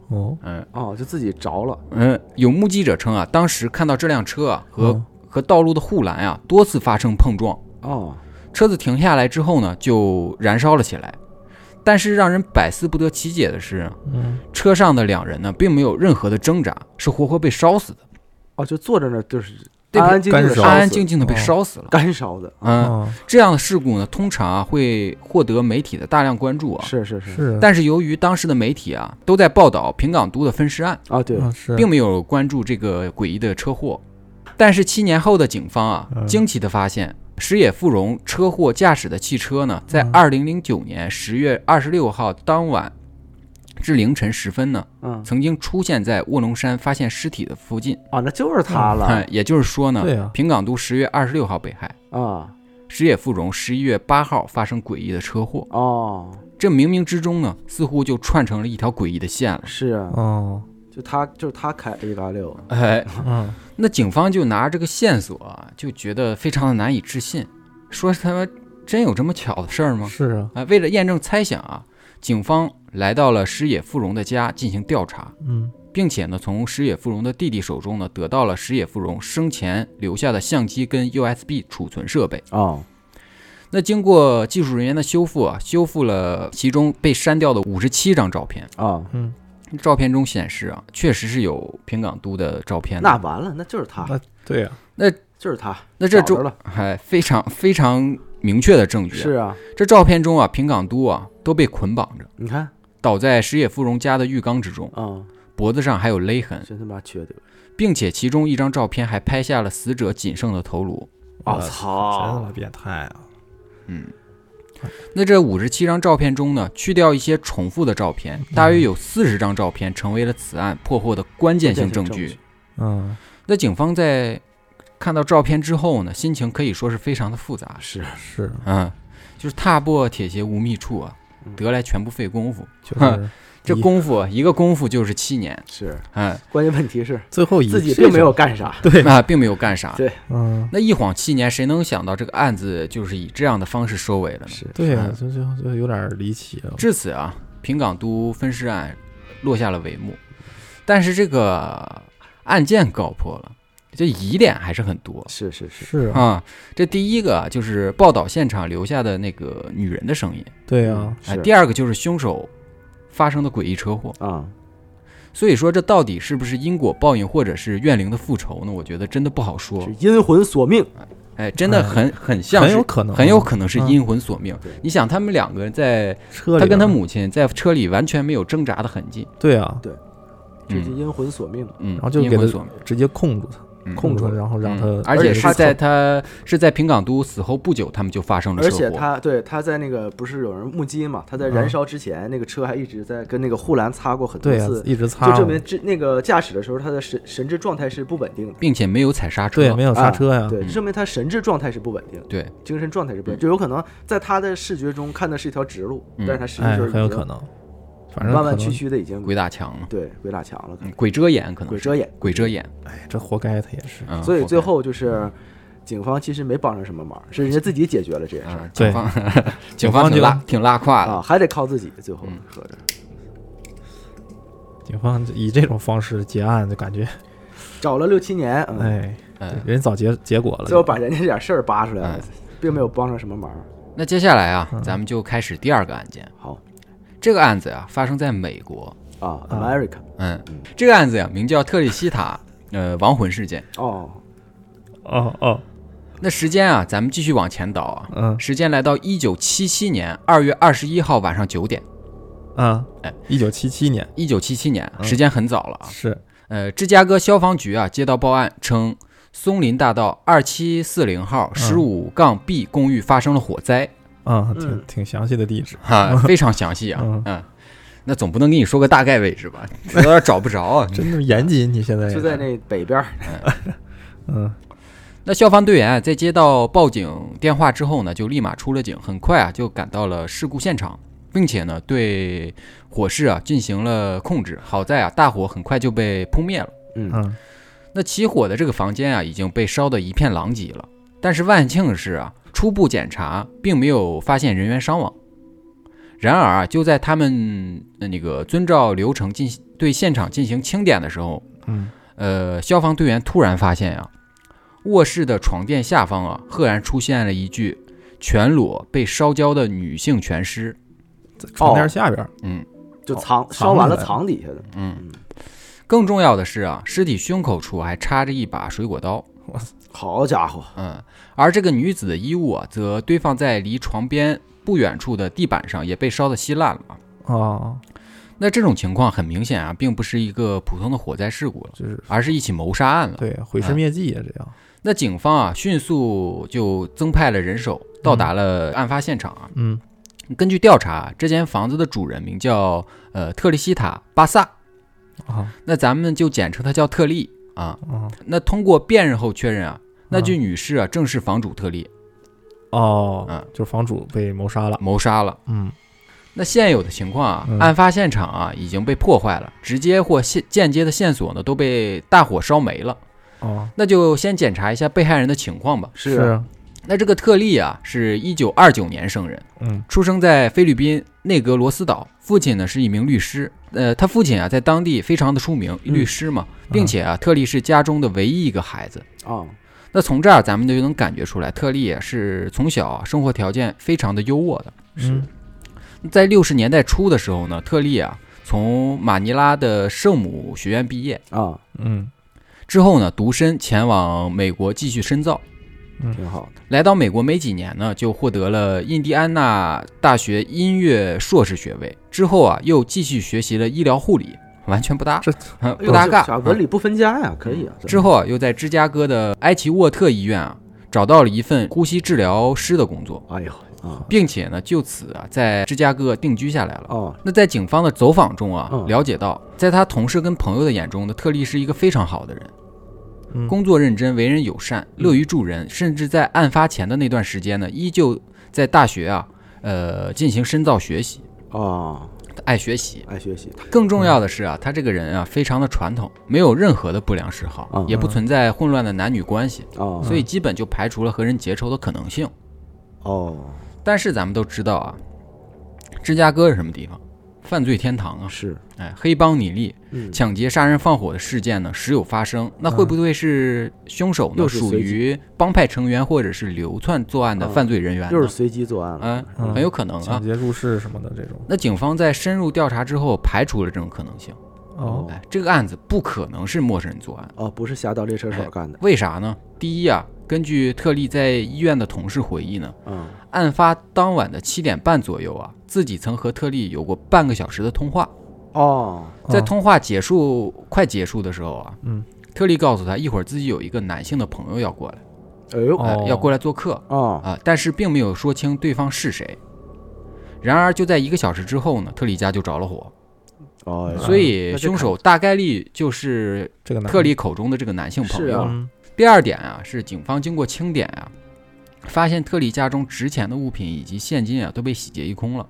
Speaker 3: 哦
Speaker 1: 嗯
Speaker 2: 哦，就自己着了，
Speaker 1: 嗯，有目击者称啊，当时看到这辆车啊和、
Speaker 3: 嗯
Speaker 1: 和道路的护栏啊多次发生碰撞，
Speaker 2: 哦，
Speaker 1: 车子停下来之后呢，就燃烧了起来。但是让人百思不得其解的是，啊
Speaker 3: 嗯
Speaker 1: 车上的两人呢，并没有任何的挣扎，是活活被烧死的。
Speaker 2: 哦，就坐在那儿，就是
Speaker 1: 那
Speaker 2: 安
Speaker 1: 边
Speaker 2: 安静静
Speaker 3: 干
Speaker 2: 的
Speaker 3: 烧
Speaker 1: 安
Speaker 3: 死
Speaker 1: 安静静的被
Speaker 3: 哦
Speaker 1: 烧死了。
Speaker 2: 干烧的，
Speaker 1: 嗯，
Speaker 3: 哦
Speaker 1: 这样的事故呢，通常啊会获得媒体的大量关注啊。
Speaker 2: 是是是
Speaker 3: 是
Speaker 1: 但是由于当时的媒体啊都在报道平冈都的分尸案，
Speaker 2: 啊，对，
Speaker 3: 啊是
Speaker 1: 并没有关注这个诡异的车祸。但是七年后的警方啊，
Speaker 3: 嗯
Speaker 1: 惊奇的发现，石野富荣车祸驾驶的汽车呢，在
Speaker 3: 嗯
Speaker 1: 二零零九年十月二十六号当晚至凌晨时分呢，
Speaker 2: 嗯，
Speaker 1: 曾经出现在卧龙山发现尸体的附近。
Speaker 2: 啊，那就是他 了
Speaker 1: 哎也就是说呢，
Speaker 3: 对啊
Speaker 1: 平冈都十月二十六号被害，
Speaker 2: 啊，
Speaker 1: 石野富荣十一月八号发生诡异的车祸。
Speaker 2: 哦，
Speaker 1: 这冥冥之中呢，似乎就串成了一条诡异的线了。
Speaker 2: 是啊，
Speaker 3: 哦
Speaker 2: 就他就是他开 A 八六，
Speaker 1: 哎，
Speaker 3: 嗯
Speaker 1: 那警方就拿这个线索啊，就觉得非常的难以置信，说他妈真有这么巧的事儿吗？
Speaker 3: 是啊
Speaker 1: 啊，为了验证猜想啊，警方来到了石野富荣的家进行调查，
Speaker 3: 嗯
Speaker 1: 并且呢，从石野富荣的弟弟手中呢，得到了石野富荣生前留下的相机跟 USB 储存设备。
Speaker 2: 哦，
Speaker 1: 那经过技术人员的修复啊，修复了其中被删掉的五十七张照片。
Speaker 2: 啊，
Speaker 3: 嗯
Speaker 1: 照片中显示啊，确实是有平冈都的照片的。
Speaker 2: 那完了，那就是他，
Speaker 3: 那对啊呀
Speaker 2: 就是他，
Speaker 1: 那这
Speaker 2: 找
Speaker 1: 中
Speaker 2: 着了，
Speaker 1: 还非常非常明确的证据啊。
Speaker 2: 是啊，
Speaker 1: 这照片中啊，平冈都啊都被捆绑着，
Speaker 2: 你看，
Speaker 1: 倒在石野富荣家的浴缸之中，
Speaker 2: 啊，
Speaker 1: 脖子上还有勒痕，
Speaker 2: 真他妈缺德，
Speaker 1: 并且其中一张照片还拍下了死者仅剩的头颅。
Speaker 2: 我
Speaker 3: 哦
Speaker 1: 呃
Speaker 3: 呃真他
Speaker 2: 哦操
Speaker 3: 妈，变态啊
Speaker 1: 嗯，那这五十七张照片中呢，去掉一些重复的照片，大约有四十张照片成为了此案破获的关键性证
Speaker 2: 关键
Speaker 1: 据
Speaker 2: 性证。
Speaker 3: 嗯
Speaker 1: 那警方在看到照片之后呢，心情可以说啊是非常的复杂。
Speaker 2: 是
Speaker 3: 是
Speaker 1: 嗯，就是踏破铁鞋无觅处啊
Speaker 2: 嗯，
Speaker 1: 得来全不费工夫。
Speaker 3: 就是
Speaker 1: 这
Speaker 3: 一
Speaker 1: 功夫啊一个功夫就是七年，
Speaker 2: 是，
Speaker 1: 嗯，
Speaker 2: 关键问题是
Speaker 3: 最后以
Speaker 2: 自己
Speaker 3: 这
Speaker 2: 并没有
Speaker 3: 种
Speaker 2: 干啥，
Speaker 3: 对
Speaker 1: 那并没有干啥
Speaker 2: 对。
Speaker 3: 嗯
Speaker 1: 那一晃七年，谁能想到这个案子就是以这样的方式收尾了呢？
Speaker 2: 是
Speaker 3: 对呀
Speaker 1: 嗯
Speaker 3: 这就就有点离奇了
Speaker 1: 至此啊，平冈都分尸案落下了帷幕，但是这个案件搞破了，这疑点还是很多
Speaker 2: 是是是，
Speaker 3: 是啊
Speaker 1: 啊。这第一个啊就是报道现场留下的那个女人的声音，
Speaker 3: 对啊呀
Speaker 1: 哎，
Speaker 2: 是
Speaker 1: 第二个就是凶手发生的诡异车祸。
Speaker 2: 啊，
Speaker 1: 所以说，这到底是不是因果报应，或者是怨灵的复仇呢？我觉得真的不好说
Speaker 2: 是。阴魂索命，
Speaker 1: 哎，真的很很像
Speaker 3: 很
Speaker 1: 是
Speaker 3: 有可能
Speaker 1: 很有
Speaker 3: 啊
Speaker 1: 可能是
Speaker 3: 嗯
Speaker 1: 阴魂索命
Speaker 2: 对。
Speaker 1: 你想，他们两个人在
Speaker 3: 车
Speaker 1: 他
Speaker 3: 里
Speaker 1: 跟他
Speaker 3: 边
Speaker 1: 母亲在车里完全没有挣扎的痕迹，
Speaker 3: 对啊
Speaker 2: 这
Speaker 1: 嗯
Speaker 2: 就阴魂索命，
Speaker 1: 嗯，
Speaker 3: 然后就
Speaker 1: 阴
Speaker 3: 给
Speaker 1: 魂
Speaker 3: 他
Speaker 1: 索命，
Speaker 3: 直接控住他
Speaker 1: 嗯
Speaker 3: 控住
Speaker 2: 控
Speaker 3: 他
Speaker 2: 住
Speaker 3: 然后让他
Speaker 1: 嗯而且
Speaker 2: 而且
Speaker 1: 是
Speaker 2: 他
Speaker 1: 在他是在平冈都死后不久，他们就发生了
Speaker 2: 而
Speaker 1: 车
Speaker 2: 且
Speaker 1: 祸。
Speaker 2: 他对他在那个不是有人目击嘛？他在
Speaker 3: 嗯
Speaker 2: 燃烧之前，那个车还一直在跟那个护栏擦过很多
Speaker 3: 对啊呀
Speaker 2: 次，
Speaker 3: 一直擦
Speaker 2: 就证
Speaker 3: 嘛
Speaker 2: 明这那个驾驶的时候他的神神志状态是不稳定的。
Speaker 1: 并且没有踩刹车，
Speaker 3: 对没有刹
Speaker 2: 啊
Speaker 3: 车呀嗯
Speaker 2: 对，
Speaker 1: 嗯
Speaker 2: 证明他神志状态是不稳定的，
Speaker 1: 对
Speaker 2: 精神状态是不稳定，就有可能在他的视觉中看的是一条直路，
Speaker 1: 嗯
Speaker 2: 但是他实际
Speaker 3: 哎
Speaker 2: 就是已
Speaker 3: 很有
Speaker 2: 经
Speaker 3: 可能反正
Speaker 2: 弯
Speaker 3: 可
Speaker 2: 弯
Speaker 3: 能
Speaker 2: 曲曲的，已经
Speaker 1: 鬼打墙嘛，
Speaker 2: 对鬼打墙了，可能
Speaker 1: 嗯鬼遮眼可能
Speaker 2: 鬼
Speaker 1: 是
Speaker 2: 遮眼。
Speaker 1: 鬼遮眼，
Speaker 3: 哎这活该他也是
Speaker 1: 嗯，
Speaker 2: 所以
Speaker 1: 活
Speaker 2: 最
Speaker 1: 该
Speaker 2: 后就是，警方其实没帮上什么忙，是人家自己解决了这件事
Speaker 1: 啊
Speaker 2: 儿，
Speaker 1: 警
Speaker 3: 对
Speaker 1: 方 警
Speaker 3: 警
Speaker 1: 方
Speaker 3: 方
Speaker 1: 挺
Speaker 3: 就
Speaker 1: 拉挺拉胯的，
Speaker 2: 啊，还得靠自己。最后
Speaker 1: 嗯
Speaker 2: 合着
Speaker 3: 警方以这种方式结案，就感觉
Speaker 2: 找了六七年，嗯，
Speaker 3: 哎，
Speaker 1: 嗯。
Speaker 3: 人早结结果了。
Speaker 2: 最后把人家点事儿扒出来了
Speaker 1: 嗯，
Speaker 2: 并没有帮上什么忙。
Speaker 1: 那接下来啊，
Speaker 3: 嗯
Speaker 1: 咱们就开始第二个案件。
Speaker 2: 好
Speaker 1: 这个案子啊，发生在美国，
Speaker 2: 啊
Speaker 3: 啊
Speaker 2: ，America，
Speaker 1: 嗯，这个案子呀、名叫特里西塔呃亡魂事件。
Speaker 2: 哦，
Speaker 3: 哦哦，
Speaker 1: 那时间啊，咱们继续往前倒啊，
Speaker 3: 嗯
Speaker 1: 时间来到一九七七年二月二十一号晚上九点。
Speaker 3: 啊
Speaker 1: 哎，
Speaker 3: 一九七七年
Speaker 1: 一九七七年，
Speaker 3: 嗯
Speaker 1: 时间很早了啊。
Speaker 3: 是
Speaker 1: 呃，芝加哥消防局啊接到报案称，松林大道二七四零号十五杠 B 公寓发生了火灾，
Speaker 3: 啊，
Speaker 2: 嗯
Speaker 3: 挺挺详细的地址。
Speaker 1: 哈、非常详细啊，
Speaker 3: 嗯
Speaker 1: 嗯。那总不能跟你说个大概位置吧？ 有点找不着啊。
Speaker 3: 真的严谨，你现在也
Speaker 2: 就在那北边儿，
Speaker 3: 嗯
Speaker 1: 那消防队员啊，在接到报警电话之后呢，就立马出了警，很快啊就赶到了事故现场，并且呢对火势啊进行了控制。好在啊大火很快就被扑灭了。
Speaker 2: 嗯，
Speaker 3: 嗯
Speaker 1: 那起火的这个房间啊已经被烧得一片狼藉了，但是万幸的是啊，初步检查并没有发现人员伤亡。然而啊，就在他们呃那个遵照流程进行对现场进行清点的时候，
Speaker 3: 嗯，
Speaker 1: 呃，消防队员突然发现啊，卧室的床垫下方啊，赫然出现了一具全裸被烧焦的女性全尸。
Speaker 3: 在床垫下边儿，
Speaker 1: 嗯
Speaker 2: 就藏
Speaker 3: 藏
Speaker 2: 烧完了
Speaker 3: 起来
Speaker 2: 藏底下的，
Speaker 1: 嗯
Speaker 2: 嗯，
Speaker 1: 更重要的是啊，尸体胸口处还插着一把水果刀。
Speaker 2: 好家伙，
Speaker 1: 嗯，而这个女子的衣物啊，则堆放在离床边不远处的地板上，也被烧得稀烂了啊。
Speaker 3: 哦，
Speaker 1: 那这种情况很明显啊，并不是一个普通的火灾事故了，
Speaker 3: 就是
Speaker 1: 而是一起谋杀案了。
Speaker 3: 对毁尸灭迹也啊这样。
Speaker 1: 那警方啊，迅速就增派了人手，到达了案发现场啊。
Speaker 3: 嗯
Speaker 1: 根据调查，这间房子的主人名叫呃特利西塔·巴萨，
Speaker 3: 啊
Speaker 1: 那咱们就简称她叫特利啊。
Speaker 3: 啊
Speaker 1: 那通过辨认后确认啊，那
Speaker 3: 嗯
Speaker 1: 具女尸啊正是房主特利
Speaker 3: 哦
Speaker 1: 嗯，
Speaker 3: 就是房主被谋杀了。
Speaker 1: 谋杀了。
Speaker 3: 嗯
Speaker 1: 那现有的情况啊，
Speaker 3: 嗯
Speaker 1: 案发现场啊已经被破坏了，直接或线间接的线索呢都被大火烧没了。
Speaker 3: 哦，
Speaker 1: 那就先检查一下被害人的情况吧。
Speaker 2: 是啊
Speaker 1: 那这个特利啊，是一九二九年生人，
Speaker 3: 嗯
Speaker 1: 出生在菲律宾内格罗斯岛，父亲呢是一名律师。呃，他父亲啊在当地非常的出名，
Speaker 3: 嗯
Speaker 1: 律师嘛，
Speaker 3: 嗯
Speaker 1: 并且啊，特利是家中的唯一一个孩子。
Speaker 2: 啊，
Speaker 1: 那从这儿咱们就能感觉出来，特利啊是从小啊生活条件非常的优渥的。
Speaker 2: 是
Speaker 3: 嗯
Speaker 1: 在六十年代初的时候呢，特利啊从马尼拉的圣母学院毕业
Speaker 2: 啊，
Speaker 3: 嗯
Speaker 1: 之后呢，独身前往美国继续深造。
Speaker 2: 挺好的
Speaker 1: 来到美国没几年呢，就获得了印第安纳大学音乐硕士学位。之后啊，又继续学习了医疗护理，完全不搭，
Speaker 3: 这
Speaker 1: 嗯
Speaker 2: 哎
Speaker 1: 不
Speaker 2: 呦。
Speaker 1: 搭嘎
Speaker 2: 这小。文
Speaker 1: 嗯
Speaker 2: 理不分家呀，可以啊。这
Speaker 1: 之后啊，又在芝加哥的埃奇沃特医院啊，找到了一份呼吸治疗师的工作，
Speaker 2: 哎呦啊，
Speaker 1: 并且呢，就此啊，在芝加哥定居下来了。
Speaker 2: 哦，
Speaker 1: 那在警方的走访中啊，
Speaker 2: 嗯
Speaker 1: 了解到，在他同事跟朋友的眼中呢，特利是一个非常好的人，
Speaker 3: 嗯
Speaker 1: 工作认真，为人友善，乐于助人，甚至在案发前的那段时间呢，依旧在大学啊，呃，进行深造学习，
Speaker 2: 哦，
Speaker 1: 爱学习。
Speaker 2: 爱学习，
Speaker 1: 更重要的是啊，他这个人啊，非常的传统，没有任何的不良嗜好
Speaker 2: 嗯，
Speaker 1: 也不
Speaker 3: 嗯
Speaker 1: 存在混乱的男女关系，
Speaker 2: 哦，
Speaker 1: 所以基本就排除了和人结仇的可能性。
Speaker 2: 哦，
Speaker 1: 但是咱们都知道啊，芝加哥是什么地方？犯罪天堂啊！
Speaker 2: 是，
Speaker 1: 哎，黑帮你立、
Speaker 2: 嗯，
Speaker 1: 抢劫、杀人放火的事件呢，时有发生。那会不会是凶手呢？
Speaker 2: 又是
Speaker 1: 属
Speaker 2: 随机
Speaker 1: 于帮派成员或者是流窜作案的
Speaker 2: 啊
Speaker 1: 犯罪人员呢？
Speaker 2: 又是随机作案了，
Speaker 1: 嗯，
Speaker 3: 嗯
Speaker 1: 很有可能
Speaker 3: 抢
Speaker 1: 啊。
Speaker 3: 劫入室什么的这种。
Speaker 1: 那警方在深入调查之后，排除了这种可能性。
Speaker 3: 哦
Speaker 1: 哎，这个案子不可能是陌生人作案，
Speaker 2: 哦，不是侠盗猎车手干的，
Speaker 1: 为啥呢？第一啊，根据特利在医院的同事回忆呢，
Speaker 2: 嗯，
Speaker 1: 案发当晚的七点半左右啊，自己曾和特利有过半个小时的通话。
Speaker 2: 哦，
Speaker 1: 在
Speaker 3: 哦
Speaker 1: 通话结束、快结束的时候啊，
Speaker 3: 嗯，
Speaker 1: 特利告诉他，一会儿自己有一个男性的朋友要过来，
Speaker 2: 哎呦，
Speaker 1: 呃
Speaker 3: 哦
Speaker 1: 要过来做客
Speaker 2: 哦，
Speaker 1: 啊、但是并没有说清对方是谁。然而就在一个小时之后呢，特利家就着了火，
Speaker 2: 哦，
Speaker 3: 啊
Speaker 1: 所以
Speaker 2: 那就
Speaker 1: 凶手大概率就是
Speaker 3: 这个男
Speaker 1: 特利口中的这个男性朋
Speaker 2: 是
Speaker 1: 友。
Speaker 2: 啊
Speaker 3: 嗯
Speaker 1: 第二点啊，是警方经过清点啊，发现特利家中值钱的物品以及现金啊都被洗劫一空了。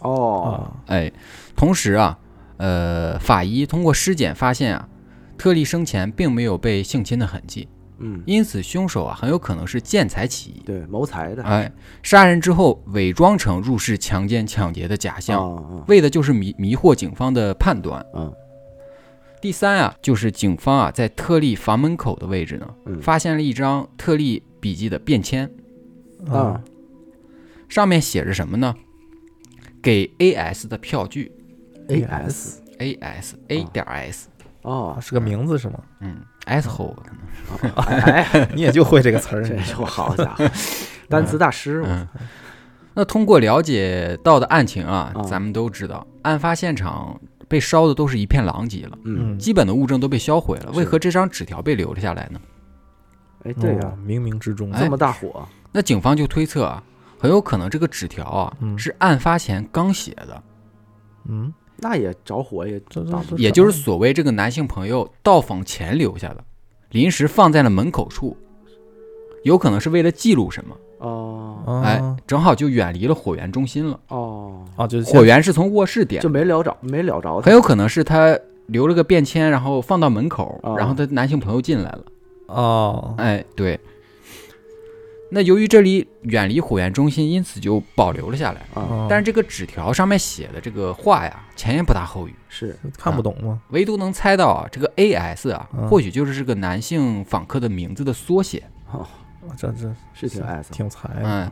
Speaker 2: 哦，
Speaker 3: 啊
Speaker 1: 哎，同时啊，呃，法医通过尸检发现啊，特利生前并没有被性侵的痕迹，
Speaker 2: 嗯，
Speaker 1: 因此凶手啊很有可能是见财起意，
Speaker 2: 对，谋财的，
Speaker 1: 哎，杀人之后伪装成入室强奸抢劫的假象，
Speaker 2: 哦，
Speaker 1: 为的就是迷迷惑警方的判断。
Speaker 2: 嗯，
Speaker 1: 第三啊，就是警方啊在特利房门口的位置呢，
Speaker 2: 嗯
Speaker 1: 发现了一张特利笔记的便签，
Speaker 3: 嗯
Speaker 2: 啊，
Speaker 1: 上面写着什么呢？给 A S 的票据
Speaker 2: A S，
Speaker 1: ，A S A 点 S，
Speaker 2: 哦
Speaker 3: 啊，是个名字是吗？
Speaker 1: 嗯，S 后可能。
Speaker 2: 哎，
Speaker 3: 你也就会这个 词儿，
Speaker 2: 这
Speaker 3: 你
Speaker 2: 就好家伙，单词大师，我
Speaker 1: 嗯，那通过了解到的案情啊，
Speaker 2: 啊
Speaker 1: 咱们都知道，案发现场被烧的都是一片狼藉了，
Speaker 2: 嗯，
Speaker 3: 嗯，
Speaker 1: 基本的物证都被销毁了，
Speaker 2: 是
Speaker 1: 为何这张纸条被留了下来呢？
Speaker 2: 哎，对
Speaker 3: 哦
Speaker 2: 呀，
Speaker 3: 冥冥之中，
Speaker 1: 哎
Speaker 2: 这么大火，
Speaker 1: 那警方就推测啊，很有可能这个纸条啊、
Speaker 3: 嗯
Speaker 1: 是案发前刚写的，
Speaker 3: 嗯，
Speaker 2: 那也着火也
Speaker 3: 这
Speaker 2: 打
Speaker 3: 这这
Speaker 1: 也就是所谓这个男性朋友到访前留下的，临时放在了门口处，有可能是为了记录什么，
Speaker 2: 哦
Speaker 3: 啊
Speaker 1: 哎，正好就远离了火源中心了。
Speaker 2: 哦，
Speaker 3: 啊，就是
Speaker 1: 火源是从卧室点的
Speaker 2: 就没聊着，没聊着
Speaker 1: 很
Speaker 2: 他，
Speaker 1: 有可能是他留了个便签，然后放到门口，
Speaker 2: 哦
Speaker 1: 然后他男性朋友进来了。
Speaker 3: 哦，
Speaker 1: 哎，对。那由于这里远离火源中心，因此就保留了下来。
Speaker 2: 啊，
Speaker 1: 但
Speaker 3: 是
Speaker 1: 是这个纸条上面写的这个话呀，前言不搭后语，
Speaker 2: 是
Speaker 3: 看不懂吗？
Speaker 1: 唯独能猜到啊，这个 A S 啊，
Speaker 3: 嗯
Speaker 1: 或许就是这个男性访客的名字的缩写。
Speaker 2: 哦，
Speaker 3: 啊这这
Speaker 2: 是挺 S，
Speaker 1: 哎
Speaker 3: 挺才，
Speaker 1: 嗯，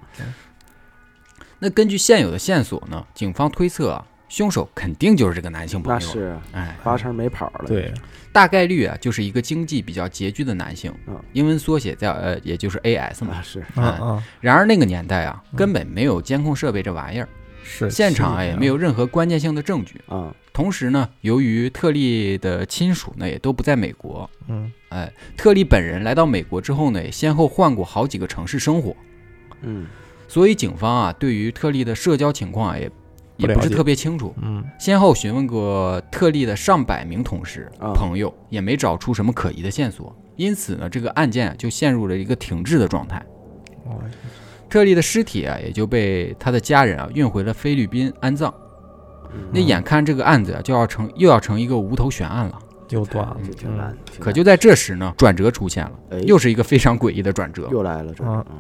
Speaker 1: 那根据现有的线索呢，警方推测啊，凶手肯定就是这个男性朋
Speaker 2: 那
Speaker 1: 友。
Speaker 2: 是
Speaker 1: 哎，
Speaker 2: 八成没跑了。，
Speaker 3: 对，
Speaker 1: 大概率啊，就是一个经济比较拮据的男性
Speaker 2: 嗯，
Speaker 1: 英文缩写叫呃，也就是 AS
Speaker 2: 那
Speaker 1: 嘛。
Speaker 2: 是
Speaker 3: 啊啊，
Speaker 1: 然而那个年代啊，根本没有监控设备这玩意儿，
Speaker 3: 嗯是
Speaker 1: 现场啊也没
Speaker 3: 有，
Speaker 1: 有任何关键性的证据。
Speaker 2: 啊，
Speaker 1: 同时呢，由于特利的亲属呢也都不在美国，
Speaker 3: 嗯，
Speaker 1: 哎，特利本人来到美国之后呢，也先后换过好几个城市生活，
Speaker 2: 嗯
Speaker 1: 所以警方啊对于特利的社交情况啊也也
Speaker 3: 不了
Speaker 1: 不是
Speaker 3: 解
Speaker 1: 特别清楚，
Speaker 3: 嗯
Speaker 1: 先后询问过特利的上百名同事、
Speaker 2: 啊
Speaker 1: 朋友，也没找出什么可疑的线索，因此呢，这个案件啊就陷入了一个停滞的状态。
Speaker 3: 哦
Speaker 1: 特利的尸体啊也就被他的家人啊运回了菲律宾安葬。
Speaker 2: 嗯，
Speaker 1: 那眼看这个案子啊就要成又要成一个无头悬案了。
Speaker 3: 又断了，
Speaker 2: 哎这挺难
Speaker 3: 嗯。。
Speaker 2: 挺
Speaker 1: 可
Speaker 2: 难
Speaker 1: 就在这时呢，转折出现了，
Speaker 2: 哎
Speaker 1: 又是一个非常诡异的转折。
Speaker 2: 又来了，这
Speaker 3: 啊
Speaker 2: 嗯